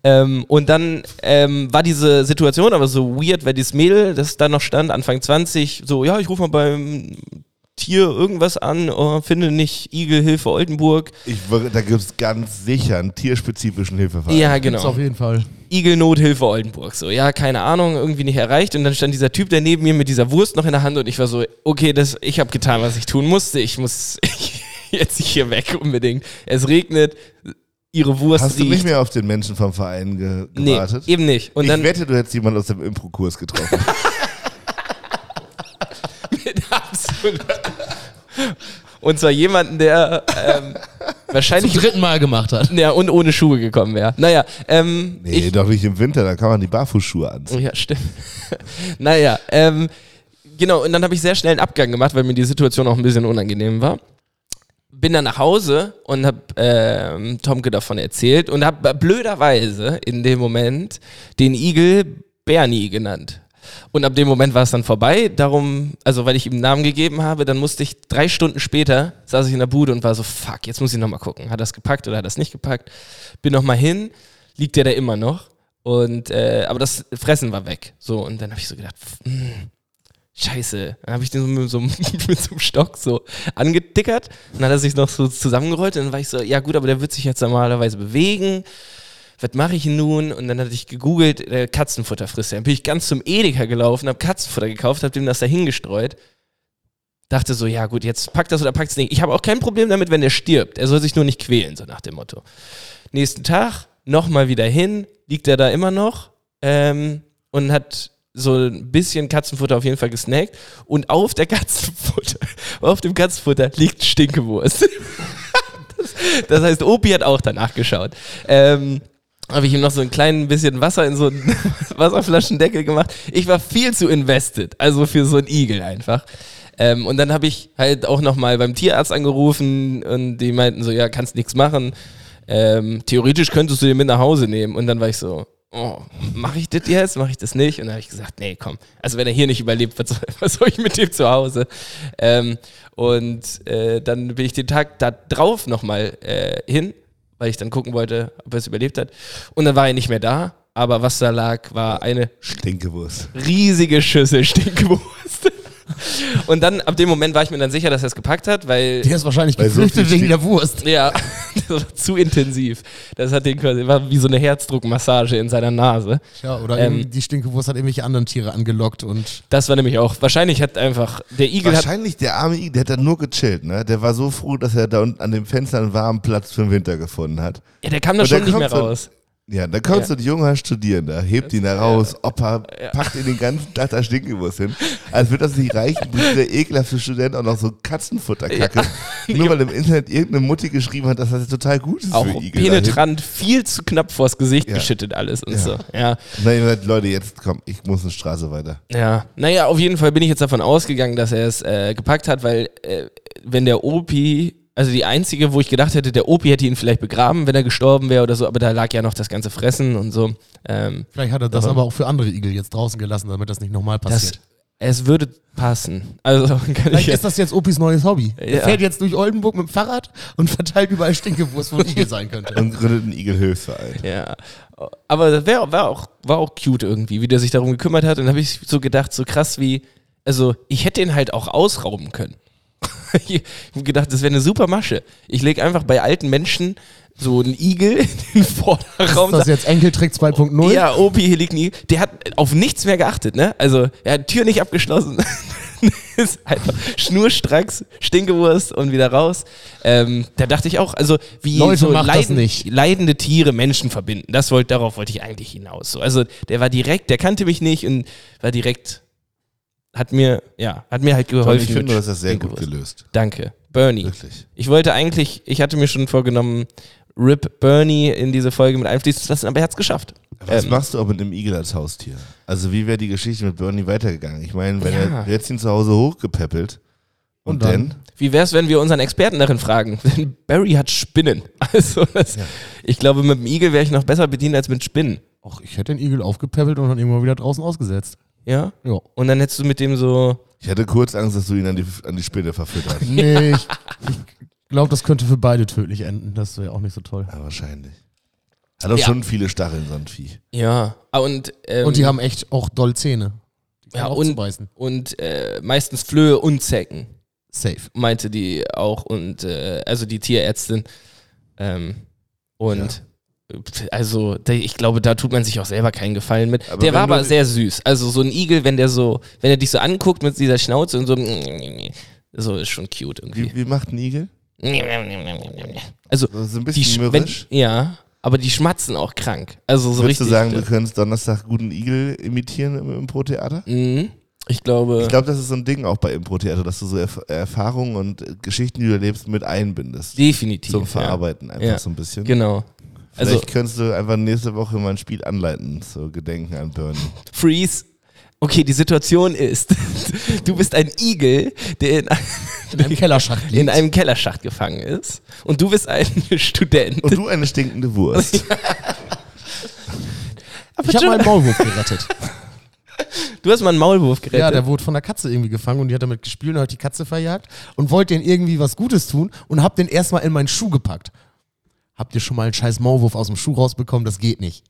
C: Ähm, und dann ähm, war diese Situation aber so weird, weil dieses Mädel, das da noch stand, Anfang 20, so, ja, ich rufe mal beim Tier irgendwas an, oh, finde nicht Igelhilfe Oldenburg.
D: Ich, wür- da gibt es ganz sicher einen tierspezifischen Hilfeverein.
C: Ja,
A: Gibt's
C: genau.
A: auf jeden Fall.
C: Igelnothilfe Oldenburg. So, ja, keine Ahnung, irgendwie nicht erreicht. Und dann stand dieser Typ da neben mir mit dieser Wurst noch in der Hand und ich war so, okay, das, ich habe getan, was ich tun musste. Ich muss jetzt hier weg unbedingt. Es regnet, ihre Wurst
D: Hast du
C: riecht.
D: nicht mehr auf den Menschen vom Verein ge
C: nee,
D: gewartet?
C: eben nicht. Und dann
D: ich wette, du hättest jemanden aus dem Impro-Kurs getroffen.
C: absolut. Und zwar jemanden, der ähm,
A: Zum
C: wahrscheinlich
A: dritten Mal gemacht hat.
C: ja, und ohne Schuhe gekommen wäre. Naja, ähm,
D: nee,
C: ich,
D: doch nicht im Winter, da kann man die Barfußschuhe anziehen.
C: Ja, stimmt. naja, ähm, genau, und dann habe ich sehr schnell einen Abgang gemacht, weil mir die Situation auch ein bisschen unangenehm war. Bin dann nach Hause und habe ähm, Tomke davon erzählt und habe blöderweise in dem Moment den Igel Bernie genannt. Und ab dem Moment war es dann vorbei. Darum, also weil ich ihm einen Namen gegeben habe, dann musste ich drei Stunden später, saß ich in der Bude und war so, fuck, jetzt muss ich nochmal gucken. Hat das gepackt oder hat das nicht gepackt? Bin nochmal hin, liegt der da immer noch. Und, äh, aber das Fressen war weg. So, und dann habe ich so gedacht, pff, mh, scheiße. Dann habe ich den so mit, so, einem- mit so einem Stock so angetickert. Dann hat er sich noch so zusammengerollt. Und dann war ich so, ja gut, aber der wird sich jetzt normalerweise bewegen. Was mache ich nun? Und dann hatte ich gegoogelt, äh, Katzenfutter frisst er. Dann bin ich ganz zum Edeka gelaufen, habe Katzenfutter gekauft, habe dem das da hingestreut. Dachte so, ja gut, jetzt packt das oder packt es nicht. Ich habe auch kein Problem damit, wenn der stirbt. Er soll sich nur nicht quälen, so nach dem Motto. Nächsten Tag nochmal wieder hin, liegt er da immer noch ähm, und hat so ein bisschen Katzenfutter auf jeden Fall gesnackt. Und auf der Katzenfutter, auf dem Katzenfutter liegt Stinkewurst. das, das heißt, Opi hat auch danach geschaut. Ähm, habe ich ihm noch so ein klein bisschen Wasser in so einen Wasserflaschendeckel gemacht. Ich war viel zu invested, also für so einen Igel einfach. Ähm, und dann habe ich halt auch nochmal beim Tierarzt angerufen und die meinten so, ja, kannst nichts machen ähm, theoretisch könntest du den mit nach Hause nehmen. Und dann war ich so, oh, mache ich das jetzt, mache ich das nicht? Und dann habe ich gesagt, nee, komm, also wenn er hier nicht überlebt, was soll, was soll ich mit dem zu Hause? Ähm, und äh, dann bin ich den Tag da drauf nochmal äh, hin, weil ich dann gucken wollte, ob er es überlebt hat. Und dann war er nicht mehr da. Aber was da lag, war eine
D: Stinkewurst.
C: riesige Schüssel Stinkwurst. Und dann, ab dem Moment war ich mir dann sicher, dass er es gepackt hat, weil
A: Der ist wahrscheinlich
D: Weil so
A: geflüchtet
D: viel
A: wegen
D: steht-
A: der Wurst.
C: ja, das war zu intensiv. Das hat den quasi, war wie so eine Herzdruckmassage in seiner Nase.
A: Ja, oder
C: Ähm.
A: irgendwie die Stinkewurst hat irgendwelche anderen Tiere angelockt und
C: Das war nämlich auch, wahrscheinlich hat einfach, der Igel hat,
D: Wahrscheinlich der arme Igel, der hat da nur gechillt, ne? Der war so froh, dass er da unten an dem Fenster einen warmen Platz für den Winter gefunden hat.
C: ja, der kam da
D: Und
C: schon
D: dann
C: nicht mehr
D: kommt so-
C: raus.
D: Ja, da kommst
C: Ja.
D: du, die Junge studieren, da hebt ihn da raus, Opa packt ihn den ganzen Tag da Stinkewurst hin. Als würde das nicht reichen, bringt der ekelhafte Student auch noch so Katzenfutterkacke. Nur weil im Internet irgendeine Mutti geschrieben hat, dass das total gut ist
C: Auch
D: für Igel.
C: penetrant, viel zu knapp vors Gesicht
D: Ja.
C: geschüttet alles und
D: Ja.
C: so. Ja,
D: Nein, gesagt, Leute, jetzt komm, ich muss eine Straße weiter.
C: ja. Naja, auf jeden Fall bin ich jetzt davon ausgegangen, dass er es äh, gepackt hat, weil äh, wenn der Opi, also die einzige, wo ich gedacht hätte, der Opi hätte ihn vielleicht begraben, wenn er gestorben wäre oder so, aber da lag ja noch das ganze Fressen und so. Ähm,
A: vielleicht hat er das aber auch für andere Igel jetzt draußen gelassen, damit das nicht nochmal
C: das,
A: passiert.
C: es würde passen. Also kann ich
A: vielleicht
C: jetzt
A: ist das jetzt Opis neues Hobby.
C: Ja.
A: Er fährt jetzt durch Oldenburg mit dem Fahrrad und verteilt überall Stinkewurst, wo ein Igel sein könnte.
D: Und gründet einen Igelhilfsverein.
C: Ja. Aber das wär, war, auch, war auch cute irgendwie, wie der sich darum gekümmert hat. Und dann habe ich so gedacht, so krass wie, also ich hätte ihn halt auch ausrauben können. ich habe gedacht, das wäre eine super Masche. Ich lege einfach bei alten Menschen so einen Igel in den Vorderraum.
A: Ist das jetzt Enkeltrick 2.0?
C: Ja, Opi, hier liegt nie. Der hat auf nichts mehr geachtet, ne? Also, er hat Tür nicht abgeschlossen, ist einfach schnurstracks, Stinkewurst und wieder raus. Ähm, da dachte ich auch, also wie
A: Leute,
C: so
A: macht das nicht.
C: leidende Tiere Menschen verbinden. Das wollte, darauf wollte ich eigentlich hinaus. So, also der war direkt, der kannte mich nicht und war direkt, hat mir, ja, hat mir halt
D: Tom,
C: geholfen.
D: ich finde,
C: mit
D: du hast das sehr gut
C: Stinkewurst.
D: gelöst.
C: Danke. Bernie.
D: Wirklich.
C: Ich wollte eigentlich, ich hatte mir schon vorgenommen, Rip Bernie in diese Folge mit einfließen zu lassen, aber er hat es geschafft.
D: Was
C: Ähm.
D: machst du auch mit einem Igel als Haustier? Also wie wäre die Geschichte mit Bernie weitergegangen? Ich meine, wenn
C: Ja.
D: er du hättest ihn zu Hause hochgepäppelt und,
A: Und dann?
D: dann?
C: Wie wär's, wenn wir unseren Experten darin fragen? Denn Barry hat Spinnen. Also das, ich glaube, mit dem Igel wäre ich noch besser bedient als mit Spinnen.
A: Och, ich hätte den Igel aufgepäppelt und dann irgendwann wieder draußen ausgesetzt.
C: Ja?
A: Ja.
C: Und dann hättest du mit dem so.
D: Ich hatte kurz Angst, dass du ihn an die, an die Spinne verfütterst.
A: Nee, ich, ich glaube, das könnte für beide tödlich enden. Das wäre auch nicht so toll.
D: Ja, wahrscheinlich. Hat auch
C: Ja.
D: schon viele Stacheln, so ein Vieh.
C: Ja. Ah, und ähm,
A: Und die haben echt auch doll Zähne. Die können
C: ja,
A: auch
C: und-
A: zubeißen.
C: und äh, meistens Flöhe und Zecken,
A: Safe.
C: meinte die auch und äh, also die Tierärztin. Ähm, und äh, also der- ich glaube, da tut man sich auch selber keinen Gefallen mit.
D: Aber
C: der war
D: wenn du-
C: aber sehr süß. Also so ein Igel, wenn der so, wenn er dich so anguckt mit dieser Schnauze und so, so ist schon cute irgendwie.
D: Wie, wie macht ein Igel?
C: Also
D: So so
C: die
D: ein bisschen
C: sch- wenn,
D: mürrisch.
C: ja, aber die schmatzen auch krank. Also so
D: Würdest du
C: richtig.
D: sagen, wir können Donnerstag guten Igel imitieren im Impro-Theater?
C: Mhm. ich glaube.
D: Ich glaube, das ist so ein Ding auch bei Impro-Theater, dass du so Erf Erfahrungen und äh, Geschichten, die du erlebst, mit einbindest.
C: definitiv.
D: Zum
C: ja.
D: Verarbeiten einfach
C: Ja.
D: so ein bisschen.
C: Genau.
D: Vielleicht
C: Also
D: könntest du einfach nächste Woche mal ein Spiel anleiten, so Gedenken an Bernie.
C: Freeze. Okay, die Situation ist, du bist ein Igel, der in,
A: In einem Kellerschacht liegt.
C: in einem Kellerschacht gefangen ist und du bist ein Student.
D: Und du eine stinkende Wurst.
C: Aber
A: ich habe
C: John-
A: meinen Maulwurf gerettet.
C: du hast mal einen Maulwurf gerettet.
A: ja, der wurde von der Katze irgendwie gefangen und die hat damit gespielt und hat die Katze verjagt und wollte den irgendwie was Gutes tun und hab den erstmal in meinen Schuh gepackt. Habt ihr schon mal einen scheiß Maulwurf aus dem Schuh rausbekommen? Das geht nicht.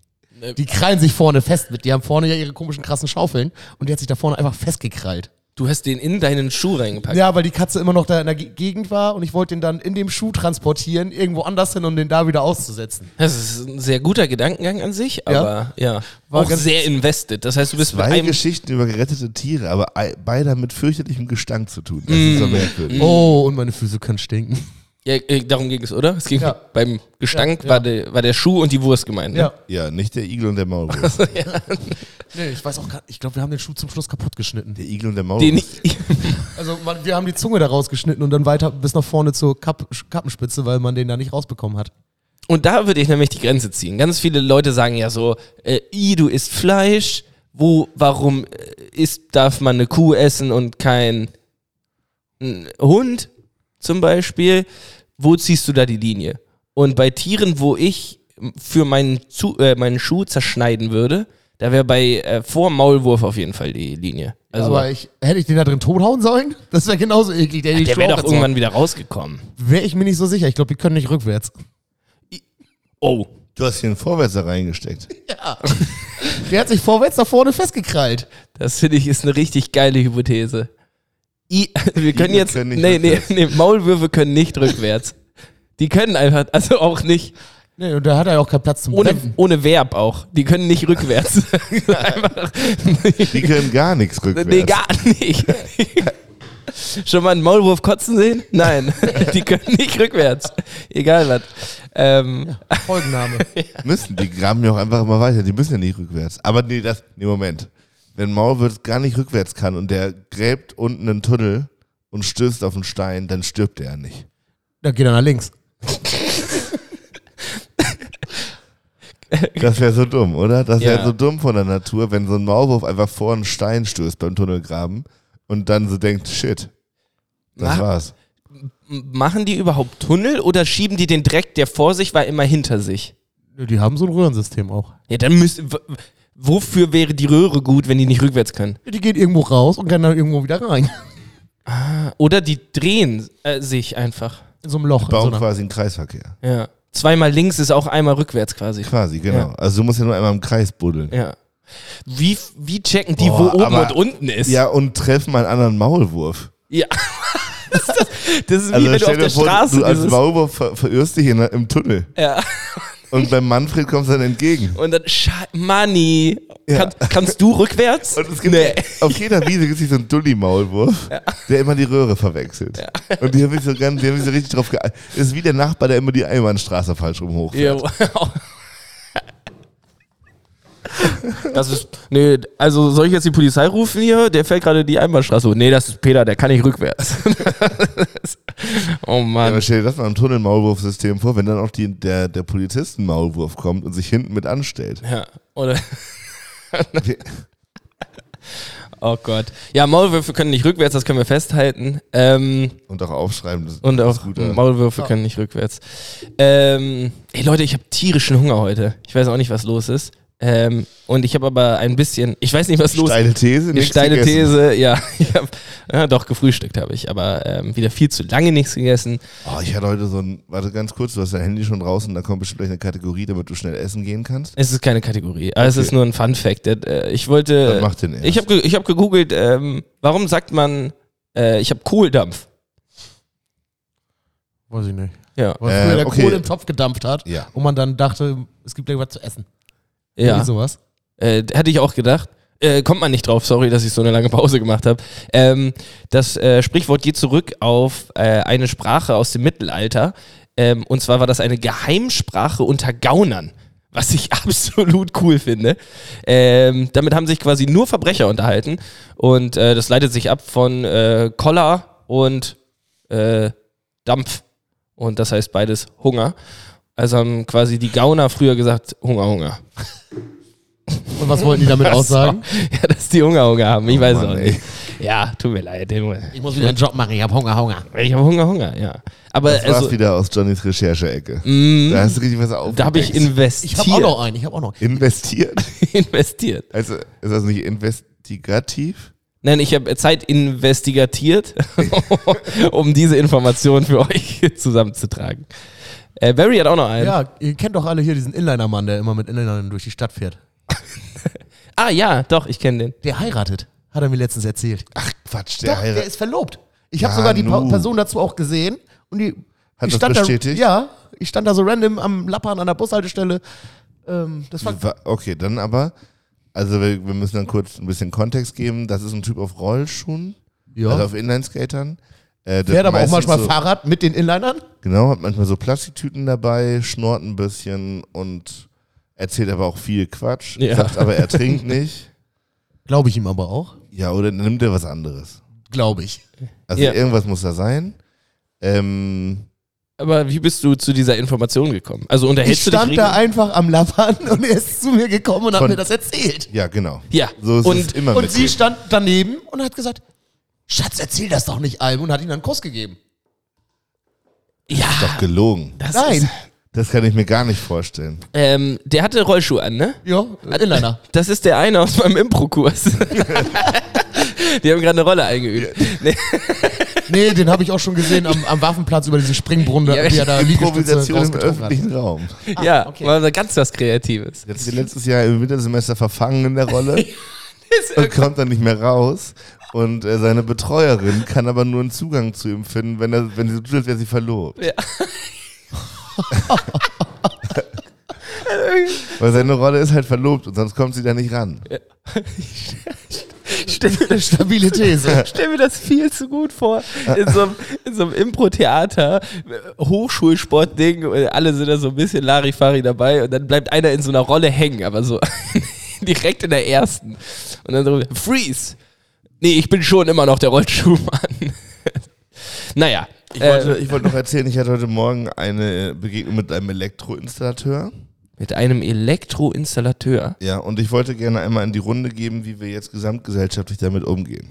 A: Die krallen sich vorne fest mit. Die haben vorne ja ihre komischen krassen Schaufeln und die hat sich da vorne einfach festgekrallt.
C: du hast den in deinen Schuh reingepackt.
A: Ja, weil die Katze immer noch da in der Ge- Gegend war und ich wollte den dann in dem Schuh transportieren, irgendwo anders hin, um den da wieder auszusetzen.
C: Das ist ein sehr guter Gedankengang an sich, aber ja,
A: War
C: auch
A: ganz-
C: sehr invested. Das heißt, du bist mit
D: Zwei
C: einem
D: Geschichten über gerettete Tiere, aber ei- beide haben mit fürchterlichem Gestank zu tun. Das
C: Mm.
D: ist so merkwürdig.
A: Oh, und meine Füße können stinken.
C: Ja, äh, darum ging es, oder? Es ging
A: Ja.
C: beim Gestank
A: Ja, ja.
C: War, der, war der Schuh und die Wurst gemeint. Ne?
A: Ja.
D: Ja, nicht der Igel und der Maulwurf.
A: Nee, ich weiß auch gar ich glaube, wir haben den Schuh zum Schluss kaputt geschnitten.
D: Der Igel und der
C: Den
D: Maulwurf.
C: ich,
A: Also man, wir haben die Zunge da rausgeschnitten und dann weiter bis nach vorne zur Kapp, Kappenspitze, weil man den da nicht rausbekommen hat.
C: und da würde ich nämlich die Grenze ziehen. Ganz viele Leute sagen ja so, äh, i, du isst Fleisch, wo, warum äh, isst, darf man eine Kuh essen und kein ein Hund zum Beispiel? Wo ziehst du da die Linie? Und bei Tieren, wo ich für meinen, Zu äh, meinen Schuh zerschneiden würde, da wäre bei äh, vor Maulwurf auf jeden Fall die Linie. Also,
A: Aber ich, hätte ich den da drin tothauen sollen? Das wäre genauso eklig. Der,
C: der wäre doch irgendwann wieder rausgekommen.
A: Wäre ich mir nicht so sicher. Ich glaube, die können nicht rückwärts.
C: Oh.
D: Du hast hier einen Vorwärtser reingesteckt.
A: Der hat sich vorwärts nach vorne festgekrallt.
C: Das finde ich ist eine richtig geile Hypothese. I, wir können jetzt.
D: können nicht
C: nee, nee,
D: rückwärts.
C: nee, Maulwürfe können nicht rückwärts. Die können einfach, also auch nicht,
A: Nee, und da hat er ja auch keinen Platz zum
C: ohne,
A: Brennen.
C: ohne Verb auch. Die können nicht rückwärts. einfach,
D: Die können gar nichts rückwärts.
C: nee, gar nicht. Schon mal einen Maulwurf kotzen sehen? Nein, die können nicht rückwärts. Egal was. Ähm,
A: Folgenname.
D: Müssen. Die graben ja auch einfach immer weiter. Die müssen ja nicht rückwärts. Aber nee, das, nee, Moment. Wenn Maulwurf gar nicht rückwärts kann und der gräbt unten einen Tunnel und stößt auf einen Stein, dann stirbt er ja nicht.
A: da geht er nach links.
D: Das wäre so dumm, oder? Das wäre
C: Ja.
D: so dumm von der Natur, wenn so ein Maulwurf einfach vor einen Stein stößt beim Tunnelgraben und dann so denkt, shit, das
C: Mach-
D: war's.
C: machen die überhaupt Tunnel oder schieben die den Dreck, der vor sich war, immer hinter sich?
A: Nee, Die haben so ein Röhrensystem auch.
C: Ja, dann müsste. w- Wofür wäre die Röhre gut, wenn die nicht rückwärts können?
A: Die geht irgendwo raus und kann dann irgendwo wieder rein.
C: Oder die drehen äh, sich einfach.
A: In so einem Loch.
D: Bauen
A: in so einer-
D: quasi einen Kreisverkehr.
C: Ja. Zweimal links ist auch einmal rückwärts quasi.
D: Quasi, genau. Also du musst ja nur einmal im Kreis buddeln.
C: Ja. Wie, f- wie checken die,
D: Boah,
C: wo oben
D: aber-
C: und unten ist?
D: Ja, und treffen mal einen anderen Maulwurf.
C: ja. das ist wie
D: Also
C: wenn du
D: stell
C: auf
D: dir
C: der
D: vor,
C: Straße
D: du als
C: dieses-
D: Maulwurf ver verirrst dich in, im Tunnel.
C: Ja.
D: Und beim Manfred kommst du dann entgegen.
C: Und dann, Sche- Money. Kann, kannst du rückwärts?
D: Und es gibt
C: Nee.
D: auf jeder Wiese gibt es so einen Dulli-Maulwurf, der immer die Röhre verwechselt. Und die haben sich so ganz, die haben sich so richtig drauf geeilt. Ist wie der Nachbar, der immer die Einbahnstraße falsch rum hochfährt.
C: Ja, wow. Das ist, nee, also soll ich jetzt die Polizei rufen hier? Der fährt gerade die Einbahnstraße. hoch. Nee, das ist Peter, der kann nicht rückwärts. oh
D: Ja, aber
C: Mann.
D: stell dir das mal im Tunnelmaulwurfsystem vor, wenn dann auch die, der, der Polizisten-Maulwurf kommt und sich hinten mit anstellt.
C: Ja, oder,
D: Wir-
C: oh Gott. Ja, Maulwürfe können nicht rückwärts, das können wir festhalten. Ähm,
D: Und auch aufschreiben. Das
C: und
D: das
C: auch
D: ist guter-
C: Maulwürfe können nicht rückwärts. Ähm, ey Leute, ich habe tierischen Hunger heute. Ich weiß auch nicht, was los ist. Ähm, und ich habe aber ein bisschen, ich weiß nicht, was los ist.
D: Steile These.
C: Eine
D: nichts
C: steile
D: gegessen.
C: These, ja. Ich hab, ja. Doch, gefrühstückt habe ich, aber ähm, wieder viel zu lange nichts gegessen.
D: Oh, ich hatte heute so ein, warte ganz kurz, du hast dein Handy schon draußen, da kommt bestimmt gleich eine Kategorie, damit du schnell essen gehen kannst.
C: Es ist keine Kategorie, aber es
D: Okay.
C: ist nur ein Fun-Fact. Äh, Ich
D: Dann
C: wollte. äh,
D: mach den erst.
C: ich habe ge ich hab gegoogelt, ähm, warum sagt man, äh, ich habe Kohldampf?
A: Weiß ich nicht.
C: Ja.
A: Weil
D: Äh,
A: früher der
D: okay.
A: Kohl im Topf gedampft hat
D: Ja.
A: und man dann dachte, es gibt gleich was zu essen.
C: ja.
A: Irgendwie sowas.
C: Äh, hätte ich auch gedacht. Äh, kommt man nicht drauf, sorry, dass ich so eine lange Pause gemacht habe. Ähm, das äh, Sprichwort geht zurück auf äh, eine Sprache aus dem Mittelalter. Ähm, und zwar war das eine Geheimsprache unter Gaunern, was ich absolut cool finde. Ähm, damit haben sich quasi nur Verbrecher unterhalten. Und äh, das leitet sich ab von äh, Koller und äh, Dampf. Und das heißt beides Hunger. Also haben quasi die Gauner früher gesagt, Hunger, Hunger.
A: Und was wollten die damit aussagen?
C: Ja, dass die Hunger, Hunger haben. Ich weiß es
D: Mann,
C: auch
D: ey.
C: nicht. Ja, tut mir leid.
A: Ich muss wieder einen Job machen, ich habe Hunger, Hunger.
C: Ich habe Hunger, Hunger, ja. Aber
D: Das war's
C: also,
D: wieder aus Johnnys Recherche-Ecke. Da
C: mh,
D: hast du richtig was auf.
C: da habe ich investiert.
A: Ich habe auch noch einen, ich habe auch noch einen.
D: investiert.
C: investiert.
D: Also ist das nicht investigativ?
C: Nein, ich habe Zeit investigatiert, um diese Information für euch zusammenzutragen. Äh, Barry hat auch noch einen.
A: Ja, ihr kennt doch alle hier diesen Inliner-Mann, der immer mit Inlinern durch die Stadt fährt.
C: Ah ja, doch, ich kenne den.
A: Der heiratet, hat er mir letztens erzählt.
D: Ach Quatsch,
A: Der,
D: der
A: doch, der
D: heiratet.
A: ist verlobt. Ich habe
D: Ja,
A: sogar die pa
D: nu.
A: Person dazu auch gesehen und die
D: Hat
A: ich
D: das
A: stand
D: bestätigt?
A: Da, ja, ich stand da so random am Lappern an der Bushaltestelle. Ähm, das war
D: Wa- Okay, dann aber. Also wir, wir müssen dann kurz ein bisschen Kontext geben. Das ist ein Typ auf Rollschuhen,
A: ja.
D: also auf Inlineskatern. Äh, der
A: fährt aber auch
D: meistens
A: manchmal
D: so,
A: Fahrrad mit den Inlinern.
D: Genau, hat manchmal so Plastiktüten dabei, schnort ein bisschen und erzählt aber auch viel Quatsch.
C: Ja.
D: Sagt aber, er trinkt nicht.
A: Glaube ich ihm aber auch.
D: Ja, oder nimmt er was anderes.
A: Glaube ich.
D: Also
C: Ja.
D: irgendwas muss da sein. Ähm,
C: Aber wie bist du zu dieser Information gekommen? Also
A: Ich
C: unterhältst du dich
A: stand da einfach am Lappern und er ist zu mir gekommen und hat
D: Von-
A: mir das erzählt.
D: ja, genau.
C: Ja.
D: So ist es
C: und
D: immer
A: Und
D: mit
A: sie stand daneben und hat gesagt, Schatz, erzähl das doch nicht allem und hat ihm dann einen Kuss gegeben.
C: ja,
D: Doch gelogen.
C: das Ist,
A: Nein.
D: Das kann ich mir gar nicht vorstellen.
C: ähm, der hatte Rollschuhe an, ne?
A: Ja, ein Inliner.
C: Das ist der eine aus meinem Impro-Kurs. Die haben gerade eine Rolle eingeübt. Nee,
A: Nee, den habe ich auch schon gesehen am, am Waffenplatz über diese Springbrunnen,
C: Ja,
A: die er da Liegestütze
D: Improvisation im
A: rausgezogen hat.
D: öffentlichen Raum.
C: ja,
A: okay.
C: war da ganz was Kreatives.
D: Jetzt letztes Jahr im Wintersemester verfangen in der Rolle und
C: Ist
D: kommt dann nicht mehr raus. Und äh, seine Betreuerin kann aber nur einen Zugang zu ihm finden, wenn, er, wenn sie so tut, als wäre sie verlobt.
C: Ja.
D: Weil seine Rolle ist halt verlobt und sonst kommt sie da nicht ran.
C: Stell, mir das,
A: Stabile These.
C: stell mir das viel zu gut vor. In so einem, in so einem Impro-Theater, äh, Hochschulsport-Ding, und alle sind da so ein bisschen Larifari dabei und dann bleibt einer in so einer Rolle hängen, aber so direkt in der ersten. Und dann so, Freeze! Nee, ich bin schon immer noch der Rollschuhmann. naja. äh,
D: Ich wollte, Äh, ich wollte noch erzählen, ich hatte heute Morgen eine Begegnung mit einem Elektroinstallateur.
C: Mit einem Elektroinstallateur.
D: Ja, und ich wollte gerne einmal in die Runde geben, wie wir jetzt gesamtgesellschaftlich damit umgehen.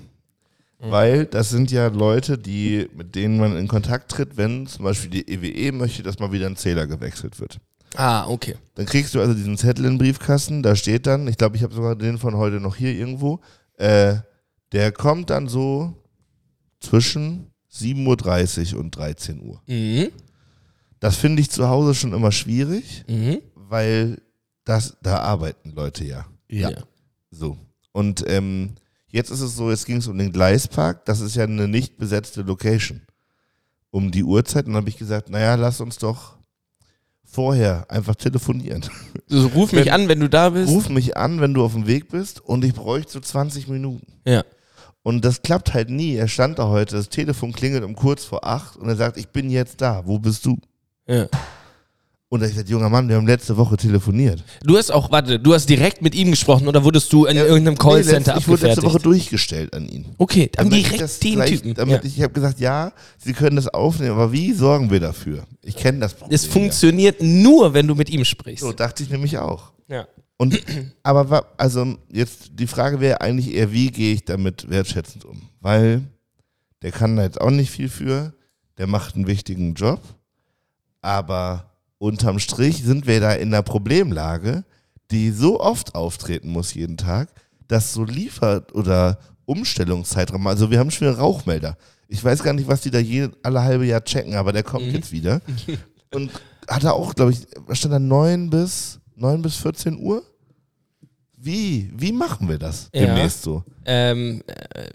D: Weil das sind ja Leute, die, mit denen man in Kontakt tritt, wenn zum Beispiel die EWE möchte, dass mal wieder ein Zähler gewechselt wird.
C: Ah, okay.
D: Dann kriegst du also diesen Zettel in den Briefkasten, da steht dann, ich glaube, ich habe sogar den von heute noch hier irgendwo, äh, der kommt dann so zwischen 7.30 Uhr und 13 Uhr.
C: Mhm.
D: Das finde ich zu Hause schon immer schwierig,
C: Mhm.
D: weil das, da arbeiten Leute ja.
A: Ja.
D: So. Und ähm, jetzt ist es so, jetzt ging es um den Gleispark. Das ist ja eine nicht besetzte Location. Um die Uhrzeit. Und dann habe ich gesagt, naja, lass uns doch vorher einfach telefonieren.
C: Also, ruf mich an, wenn du da bist.
D: Ruf mich an, wenn du auf dem Weg bist und ich bräuchte so 20 Minuten.
C: Ja.
D: Und das klappt halt nie. Er stand da heute, das Telefon klingelt um kurz vor acht und er sagt, ich bin jetzt da, wo bist du?
C: ja.
D: Und ich sagte, junger Mann, wir haben letzte Woche telefoniert.
C: Du hast auch, warte, du hast direkt mit ihm gesprochen oder wurdest du in irgendeinem Callcenter
D: nee, letzt- Ich wurde letzte Woche
C: abgefertigt?
D: durchgestellt an ihn.
C: Okay, dann
D: Damit ich
C: direkt
D: das
C: den
D: gleich-
C: Typen. Ja.
D: Damit Ich habe gesagt, ja, Sie können das aufnehmen, aber wie sorgen wir dafür? Ich kenne das Problem.
C: Es
D: ja.
C: funktioniert nur, wenn du mit ihm sprichst.
D: So dachte ich nämlich auch.
C: Ja.
D: Und aber wa- also jetzt die Frage wäre eigentlich eher, wie gehe ich damit wertschätzend um? Weil der kann da jetzt auch nicht viel für, der macht einen wichtigen Job, aber unterm Strich sind wir da in einer Problemlage, die so oft auftreten muss jeden Tag, dass so Liefer- oder Umstellungszeitraum, also wir haben schon wieder Rauchmelder. Ich weiß gar nicht, was die da je, alle halbe Jahr checken, aber der kommt jetzt wieder. Und hat er auch, glaube ich, was stand da 9 bis, 9 bis 14 Uhr? Wie? Wie machen wir das
C: Ja.
D: demnächst so?
C: Ähm, äh,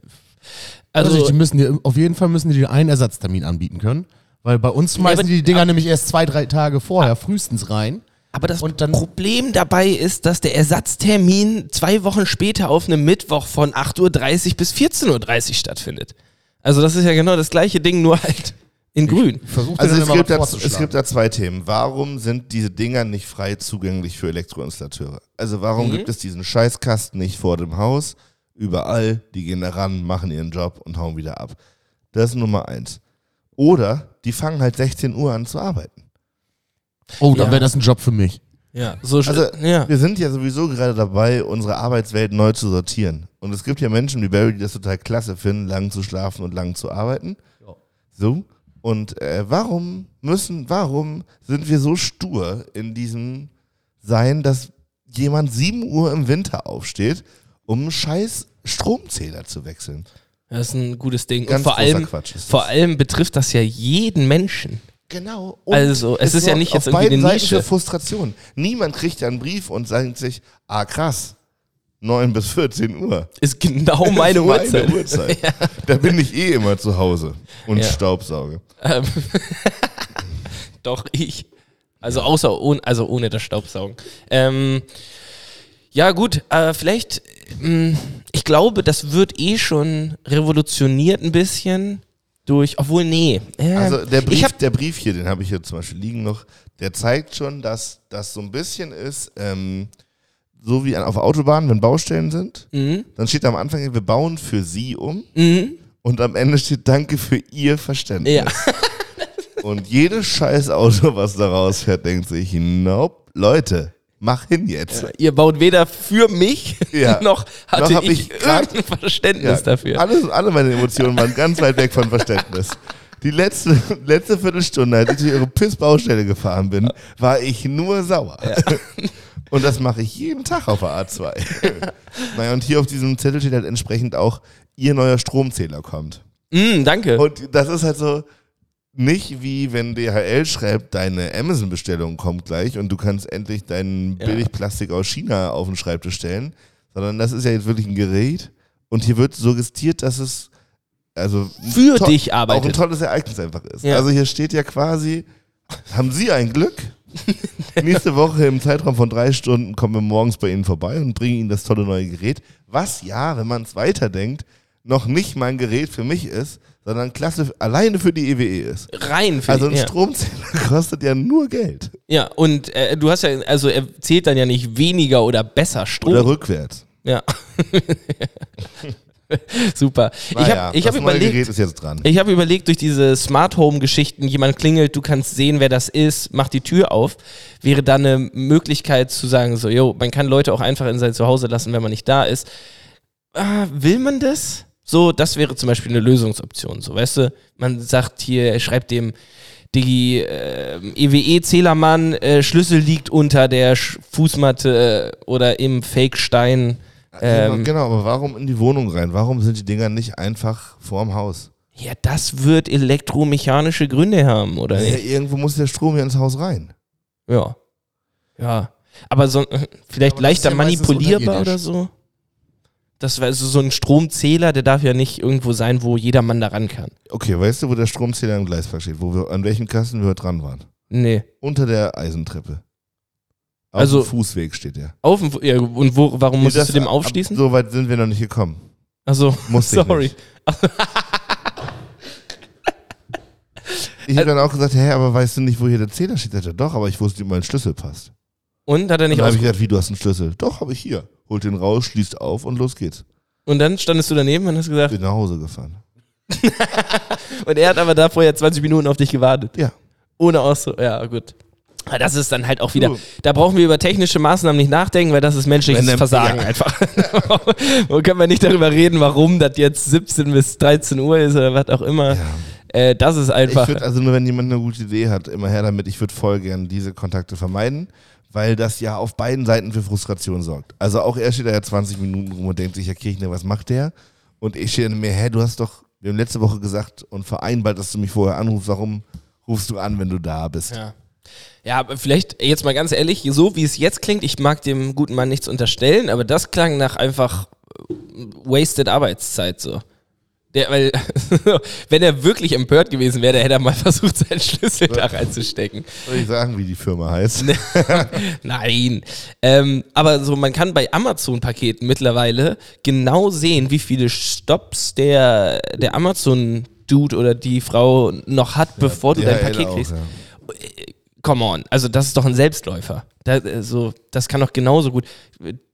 A: Also,
C: also,
A: die müssen dir, auf jeden Fall müssen die dir einen Ersatztermin anbieten können. Weil bei uns schmeißen
C: aber-
A: die die Dinger nämlich erst zwei, drei Tage vorher frühestens rein.
C: aber das
A: und dann-
C: Problem dabei ist, dass der Ersatztermin zwei Wochen später auf einem Mittwoch von 8.30 Uhr bis 14.30 Uhr stattfindet. Also das ist ja genau das gleiche Ding, nur halt in grün.
A: Versuch dir
D: Also
A: dann
D: es
A: immer
D: gibt,
A: was
D: da, es
A: vorzuschlagen.
D: gibt da zwei Themen. Warum sind diese Dinger nicht frei zugänglich für Elektroinstallateure? Also warum
A: Mhm.
D: gibt es diesen Scheißkasten nicht vor dem Haus? Überall, die gehen da ran, machen ihren Job und hauen wieder ab. Das ist Nummer eins. Oder die fangen halt 16 Uhr an zu arbeiten.
A: oh, dann
C: Ja.
A: wäre das ein Job für mich.
C: Ja, so
D: Also
C: ja.
D: wir sind ja sowieso gerade dabei, unsere Arbeitswelt neu zu sortieren. Und es gibt ja Menschen wie Barry, die das total klasse finden, lang zu schlafen und lang zu arbeiten. So. Und äh, warum müssen, warum sind wir so stur in diesem Sein, dass jemand 7 Uhr im Winter aufsteht, um einen scheiß Stromzähler zu wechseln?
C: Das ist ein gutes Ding.
D: Ganz
C: und vor
D: großer
C: allem,
D: Quatsch ist das.
C: vor allem betrifft das ja jeden Menschen.
D: Genau. Und
C: Also, es ist ja
D: sorgt
C: nicht jetzt
D: auf
C: irgendwie
D: beiden
C: eine
D: Seiten für
C: Nische.
D: Frustration. Niemand kriegt ja einen Brief und sagt sich, ah krass, 9 bis 14 Uhr.
C: Ist genau meine
D: Das ist
C: Uhrzeit.
D: Uhrzeit. Da bin ich eh immer zu Hause und
C: Ja.
D: staubsauge.
C: Ähm, Doch, ich. Also außer ohne, also ohne das Staubsaugen. Ähm, ja, gut, äh, vielleicht, ähm, ich glaube, das wird eh schon revolutioniert ein bisschen durch, obwohl, nee. Äh,
D: Also der
C: Ich
D: Brief,
C: hab,
D: der Brief hier, den habe ich hier zum Beispiel liegen noch, der zeigt schon, dass das so ein bisschen ist, ähm, so wie an- auf Autobahnen, wenn Baustellen sind,
C: Mhm.
D: dann steht da am Anfang, wir bauen für Sie um und am Ende steht Danke für Ihr Verständnis.
C: ja,
D: Und jedes scheiß Auto, was da rausfährt, denkt sich, nope, Leute, mach hin jetzt.
C: ihr baut weder für mich,
D: Ja.
C: noch hatte
D: Noch hab
C: ich,
D: ich grad-
C: irgendein Verständnis dafür.
D: Alles, alle meine Emotionen waren ganz weit weg von Verständnis. Die letzte, letzte Viertelstunde, als ich durch ihre Pissbaustelle gefahren bin, war ich nur sauer. Und das mache ich jeden Tag auf der A2. naja, und hier auf diesem Zettel steht halt entsprechend auch, ihr neuer Stromzähler kommt.
C: Mm, danke.
D: Und das ist halt so nicht wie wenn DHL schreibt, deine Amazon-Bestellung kommt gleich und du kannst endlich deinen
C: Ja.
D: Billigplastik aus China auf den Schreibtisch stellen, sondern das ist ja jetzt wirklich ein Gerät und hier wird suggestiert, dass es also ein
C: Für
D: to-
C: dich
D: auch ein
C: arbeitet.
D: tolles Ereignis einfach ist.
C: Ja.
D: Also hier steht ja quasi, haben Sie ein Glück? Nächste Woche im Zeitraum von drei Stunden kommen wir morgens bei Ihnen vorbei und bringen Ihnen das tolle neue Gerät. Was ja, wenn man es weiterdenkt, noch nicht mein Gerät für mich ist, sondern klasse f- alleine für die EWE ist.
C: Rein für
D: Also ein
C: die, ja.
D: Stromzähler kostet ja nur Geld.
C: ja, und äh, du hast ja, also er zählt dann ja nicht weniger oder besser Strom.
D: Oder rückwärts.
C: Ja. Super. ich
D: Naja,
C: habe ich hab
D: das neue
C: überlegt,
D: Gerät ist jetzt dran.
C: ich habe überlegt durch diese Smart Home Geschichten, jemand klingelt, du kannst sehen, wer das ist, mach die Tür auf, wäre da eine Möglichkeit zu sagen, so, yo, man kann Leute auch einfach in sein Zuhause lassen, wenn man nicht da ist. Ah, will man das? So, das wäre zum Beispiel eine Lösungsoption. So, weißt du, man sagt hier, schreibt dem Digi, äh, EWE-Zählermann, äh, Schlüssel liegt unter der Sch Fußmatte äh, oder im Fake-Stein. Ähm,
D: genau, aber warum in die Wohnung rein? Warum sind die Dinger nicht einfach vorm Haus?
C: Ja, das wird elektromechanische Gründe haben, oder
D: Ja,
C: nicht?
D: irgendwo muss der Strom ja ins Haus rein.
C: Ja. Ja. Aber so, äh, vielleicht
A: Aber das ist
C: leichter
A: ja meistens
C: manipulierbar oder
A: unterirdisch.
C: so. Das war also so ein Stromzähler, der darf ja nicht irgendwo sein, wo jedermann da ran kann.
D: Okay, weißt du, wo der Stromzähler im Gleispark steht? Wo wir, an welchem Kasten wir dran waren?
C: Nee.
D: Unter der Eisentreppe. Auf
C: Also-
D: dem Fußweg steht er.
C: Auf dem- ja, und wo, warum
D: Nee, das-
C: musstest du dem
D: ab-
C: aufschließen?
D: So weit sind wir noch nicht gekommen.
C: Also,
D: Musste ich
C: sorry.
D: nicht. Ich habe dann auch gesagt, hä, aber weißt du nicht, wo hier der Zähler steht? Sagt er, doch, aber ich wusste nicht, wo mein Schlüssel passt.
C: Und hat er
D: Und
C: nicht
D: dann habe ich
C: aus
D: gesagt, wie, du hast einen Schlüssel? Doch, habe ich hier. Holt den raus, schließt auf und los geht's.
C: Und dann standest du daneben und hast gesagt,
D: Bin nach Hause gefahren.
C: und er hat aber da vorher 20 Minuten auf dich gewartet.
D: Ja.
C: Ohne Ausdruck. Ja, gut. Aber das ist dann halt auch wieder.
D: Du.
C: Da brauchen wir über technische Maßnahmen nicht nachdenken, weil das ist menschliches
D: Wenn dann-
C: Versagen
D: ja.
C: einfach. Wo können wir nicht darüber reden, warum das jetzt 17 bis 13 Uhr ist oder was auch immer. Äh, das ist einfach.
D: Ich würde also nur, wenn jemand eine gute Idee hat, immer her damit. Ich würde voll gern diese Kontakte vermeiden, weil das ja auf beiden Seiten für Frustration sorgt. Also auch er steht da ja 20 Minuten rum und denkt sich, ja Kirchner, was macht der? Und ich stehe dann mir, hä, du hast doch, wir haben letzte Woche gesagt und vereinbart, dass du mich vorher anrufst, warum rufst du an, wenn du da bist?
C: Ja. Ja, aber vielleicht jetzt mal ganz ehrlich, so wie es jetzt klingt, ich mag dem guten Mann nichts unterstellen, aber das klang nach einfach äh, wasted Arbeitszeit so. Der, weil, wenn er wirklich empört gewesen wäre, der hätte er mal versucht, seinen Schlüssel da reinzustecken.
D: Soll ich sagen, wie die Firma heißt?
C: Nein. Ähm, aber so, man kann bei Amazon-Paketen mittlerweile genau sehen, wie viele Stops der, der Amazon-Dude oder die Frau noch hat, bevor du dein
D: DHL
C: Paket
D: auch,
C: kriegst.
D: ja. genau.
C: come on, also das ist doch ein Selbstläufer. Da, äh, so, das kann doch genauso gut.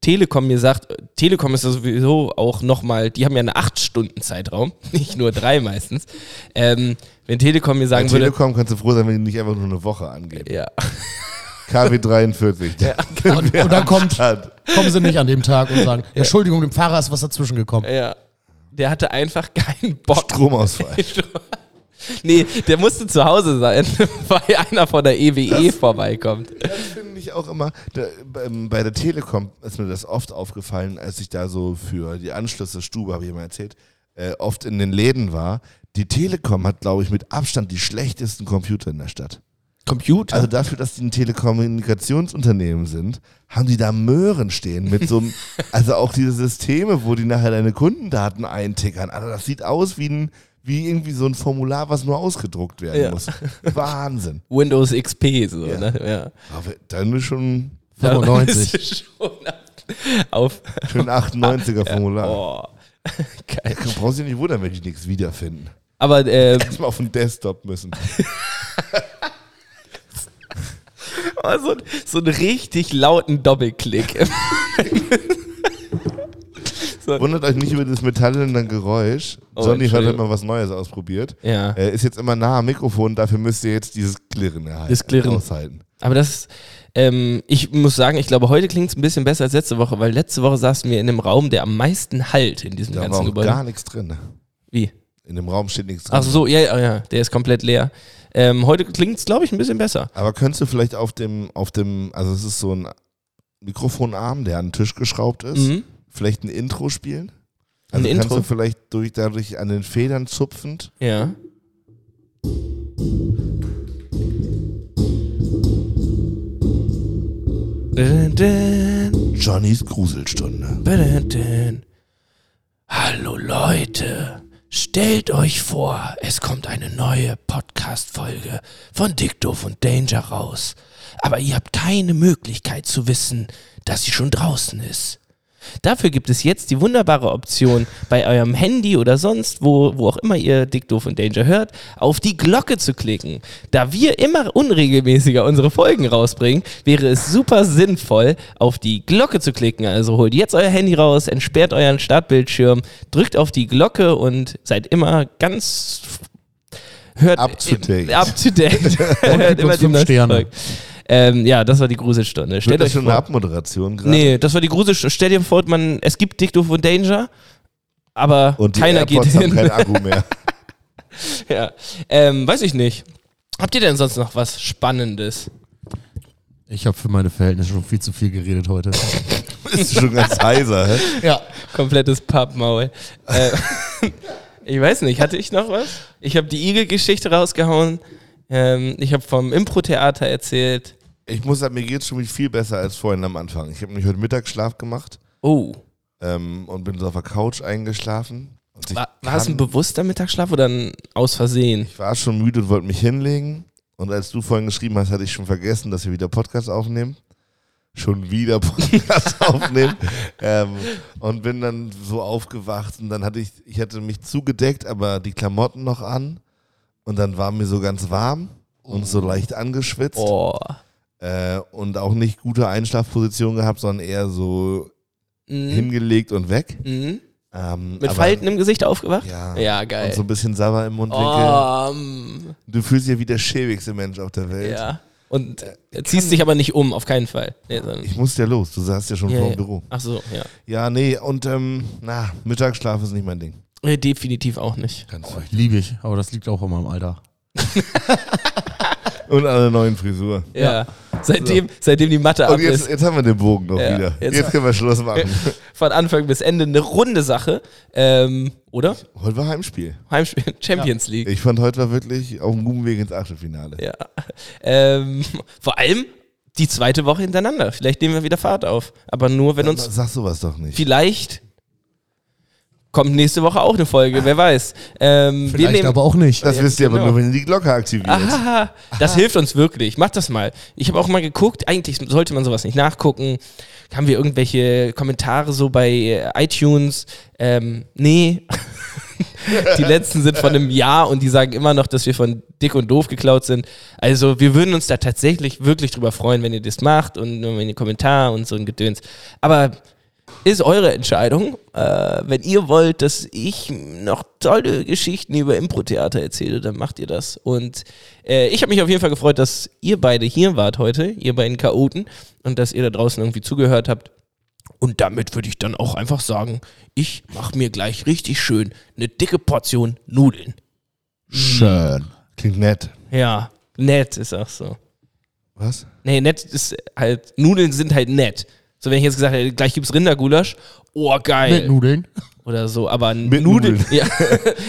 C: Telekom mir sagt, äh, Telekom ist ja sowieso auch nochmal, die haben ja eine 8-Stunden-Zeitraum, nicht nur drei meistens. Ähm, wenn Telekom mir
D: Bei
C: sagen würde.
D: Telekom kannst du froh sein, wenn die nicht einfach nur eine Woche angeben.
C: Ja,
D: KW 43. Ja,
A: Und, und dann kommt, kommen sie nicht an dem Tag und sagen, Entschuldigung, dem Fahrer ist was dazwischen gekommen.
C: ja. Der hatte einfach keinen Bock.
D: Stromausfall.
C: Nee, der musste zu Hause sein, weil einer von der EWE vorbeikommt.
D: Das finde ich auch immer. Da, beim- bei der Telekom ist mir das oft aufgefallen, als ich da so für die Anschlüsse Stube, habe ich immer erzählt, äh, oft in den Läden war. Die Telekom hat, glaube ich, mit Abstand die schlechtesten Computer in der Stadt.
C: Computer?
D: Also dafür, dass die ein Telekommunikationsunternehmen sind, haben die da Möhren stehen mit so einem, also auch diese Systeme, wo die nachher deine Kundendaten eintickern. Also das sieht aus wie ein, wie irgendwie so ein Formular, was nur ausgedruckt werden
C: Ja.
D: muss. Wahnsinn.
C: Windows XP, so,
D: Ja.
C: ne? Ja.
D: Aber dann ist schon
C: Das
A: 95.
C: ist schon auf.
D: Schön 98er Formular.
C: Boah. Geil.
D: Du brauchst dich nicht wundern, wenn die nichts wiederfinden.
C: Aber äh,
D: Erstmal auf den Desktop müssen.
C: oh, so, so einen richtig lauten Doppelklick.
D: Wundert euch nicht über das metallende Geräusch.
C: Oh,
D: Sonny hat
C: Entschuldigung.
D: immer was Neues ausprobiert.
C: Ja.
D: Er ist jetzt immer nah am Mikrofon, dafür müsst ihr jetzt dieses Klirren erhalten.
C: Das Klirren.
D: Aushalten.
C: Aber das, ähm, ich muss sagen, ich glaube, heute klingt es ein bisschen besser als letzte Woche, weil letzte Woche saßen wir in einem Raum, der am meisten halt in diesem
D: Da war
C: ganzen
D: auch
C: Gebäude.
D: gar nichts drin.
C: Wie?
D: In dem Raum steht nichts drin.
C: Ach so, ja, ja, ja, der ist komplett leer. Ähm, heute klingt es, glaube ich, ein bisschen besser.
D: Aber könntest du vielleicht auf dem, auf dem, also es ist so ein Mikrofonarm, der an den Tisch geschraubt ist,
C: Mhm.
D: vielleicht ein Intro spielen?
C: Ein
D: Also kannst
C: Intro?
D: du vielleicht durch, dadurch an den Federn zupfend
C: Ja. Dun, dun.
D: Johnnys Gruselstunde.
C: Badadun. Hallo Leute, stellt euch vor, es kommt eine neue Podcast-Folge von Dick Doof und Danger raus. Aber ihr habt keine Möglichkeit zu wissen, dass sie schon draußen ist. Dafür gibt es jetzt die wunderbare Option, bei eurem Handy oder sonst, wo, wo auch immer ihr Dick, Doof und Danger hört, auf die Glocke zu klicken. Da wir immer unregelmäßiger unsere Folgen rausbringen, wäre es super sinnvoll, auf die Glocke zu klicken. Also holt jetzt euer Handy raus, entsperrt euren Startbildschirm, drückt auf die Glocke und seid immer ganz... Hört
D: Up to date.
C: Up to date. hört
A: gibt uns fünf
C: neuesten
A: Sterne.
C: Folgen. Ähm, ja, das war die Gruselstunde.
D: Wird
C: Stellt
D: das
C: euch
D: schon
C: vor.
D: eine Abmoderation gerade?
C: Nee, das war die Grusel. Stell dir vor, man, es gibt Dick Doof und Danger, aber
D: Und die
C: keiner geht
D: AirPods haben
C: hin.
D: keinen Akku mehr.
C: Ja. Ähm, weiß ich nicht. Habt ihr denn sonst noch was Spannendes?
A: Ich habe für meine Verhältnisse schon viel zu viel geredet heute.
D: Bist du schon ganz heiser, hä?
A: ja.
C: Komplettes Pappmaul. Äh, ich weiß nicht, hatte ich noch was? Ich habe die Igel-Geschichte rausgehauen. Ähm, ich habe vom Impro-Theater erzählt.
D: Ich muss sagen, mir geht es schon viel besser als vorhin am Anfang. Ich habe mich heute Mittag Schlaf gemacht
C: Oh,
D: ähm, und bin so auf der Couch eingeschlafen. Und ich
C: war, war es ein
D: kann-
C: bewusster Mittagsschlaf oder ein aus Versehen?
D: ich war schon müde und wollte mich hinlegen. Und als du vorhin geschrieben hast, hatte ich schon vergessen, dass wir wieder Podcast aufnehmen. Schon wieder Podcast aufnehmen. Ähm, und bin dann so aufgewacht und dann hatte ich, ich hatte mich zugedeckt, aber die Klamotten noch an. Und dann war mir so ganz warm und so leicht angeschwitzt.
C: Oh.
D: Äh, und auch nicht gute Einschlafposition gehabt, sondern eher so
C: Mhm.
D: hingelegt und weg.
C: Mhm.
D: Ähm,
C: Mit
D: aber-
C: Falten im Gesicht aufgewacht?
D: Ja.
C: Ja,
D: Und
C: geil.
D: so ein bisschen Sabber im Mundwinkel.
C: oh, mm,
D: Du fühlst dich wie der schäbigste Mensch auf der Welt.
C: ja. Und äh, ziehst dich aber nicht um, auf keinen Fall. Nee, sondern-
D: Ich muss ja los, du saßt ja schon
C: ja,
D: vor dem
C: ja.
D: Büro.
C: Ach so, ja.
D: Ja, nee, und ähm, na, Mittagsschlaf ist nicht mein Ding.
C: Äh, Definitiv auch nicht.
D: Ganz
A: Oh, Liebe ich, aber das liegt auch an meinem Alter.
D: Und an der neuen Frisur.
C: Ja. Seitdem, seitdem die Matte ab
D: Und jetzt,
C: ist,
D: jetzt haben wir den Bogen noch
C: Ja,
D: wieder.
C: jetzt-
D: Jetzt, können wir Schluss machen.
C: von Anfang bis Ende eine runde Sache. Ähm, oder?
D: Heute war Heimspiel.
C: Heimspiel, Champions League.
D: Ich fand, heute war wirklich auf dem guten Weg ins Achtelfinale.
C: Ja. Ähm, vor allem die zweite Woche hintereinander. Vielleicht nehmen wir wieder Fahrt auf. Aber nur, wenn uns
D: Sag sowas doch nicht.
C: vielleicht kommt nächste Woche auch eine Folge, wer weiß. Ähm, wir
A: Vielleicht
C: nehmen,
A: aber auch nicht.
D: Das
C: Ja,
D: wisst ihr aber
C: genau.
D: nur, wenn ihr die Glocke aktiviert. Hm.
C: Aha, das hilft uns wirklich. Macht das mal. Ich habe auch mal geguckt, eigentlich sollte man sowas nicht nachgucken. Haben wir irgendwelche Kommentare so bei äh, iTunes? Ähm, nee. die letzten sind von einem Jahr und die sagen immer noch, dass wir von dick und doof geklaut sind. Also wir würden uns da tatsächlich wirklich drüber freuen, wenn ihr das macht und wenn ihr Kommentar und so ein Gedöns. Aber ist eure Entscheidung. Äh, wenn ihr wollt, dass ich noch tolle Geschichten über Impro-Theater erzähle, dann macht ihr das. Und äh, ich habe mich auf jeden Fall gefreut, dass ihr beide hier wart heute, ihr beiden Chaoten, und dass ihr da draußen irgendwie zugehört habt. Und damit würde ich dann auch einfach sagen, ich mache mir gleich richtig schön eine dicke Portion Nudeln.
D: Schön. Klingt nett.
C: Ja, nett ist auch so.
D: Was?
C: Nee, nett ist halt, Nudeln sind halt nett. So, wenn ich jetzt gesagt hätte, gleich gibt's Rindergulasch. Oh, geil.
A: Mit Nudeln.
C: oder so, aber
D: Mit
C: Nudeln.
D: Nudeln.
C: Ja.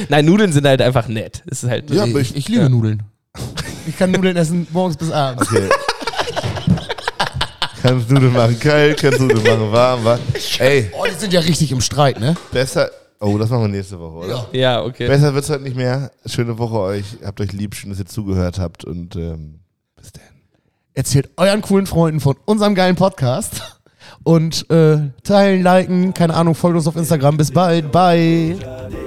C: Nein, Nudeln sind halt einfach nett. Es ist halt
D: Ja,
A: ich,
D: aber
A: ich,
D: ich-
A: liebe
C: ja.
A: Nudeln. Ich kann Nudeln essen morgens bis abends.
D: Okay. kannst du das machen kalt, kannst du das machen warm, warm. Ey,
A: Oh, die sind ja richtig im Streit, ne?
D: besser. Oh, das machen wir nächste Woche, oder?
C: ja okay.
D: Besser wird's heute nicht mehr. Schöne Woche euch. Habt euch lieb, schön, dass ihr zugehört habt und ähm, bis dann.
A: Erzählt euren coolen Freunden von unserem geilen Podcast. Und äh, teilen, liken, keine Ahnung, folgt uns auf Instagram. Bis bald. Bye.
B: Jadik,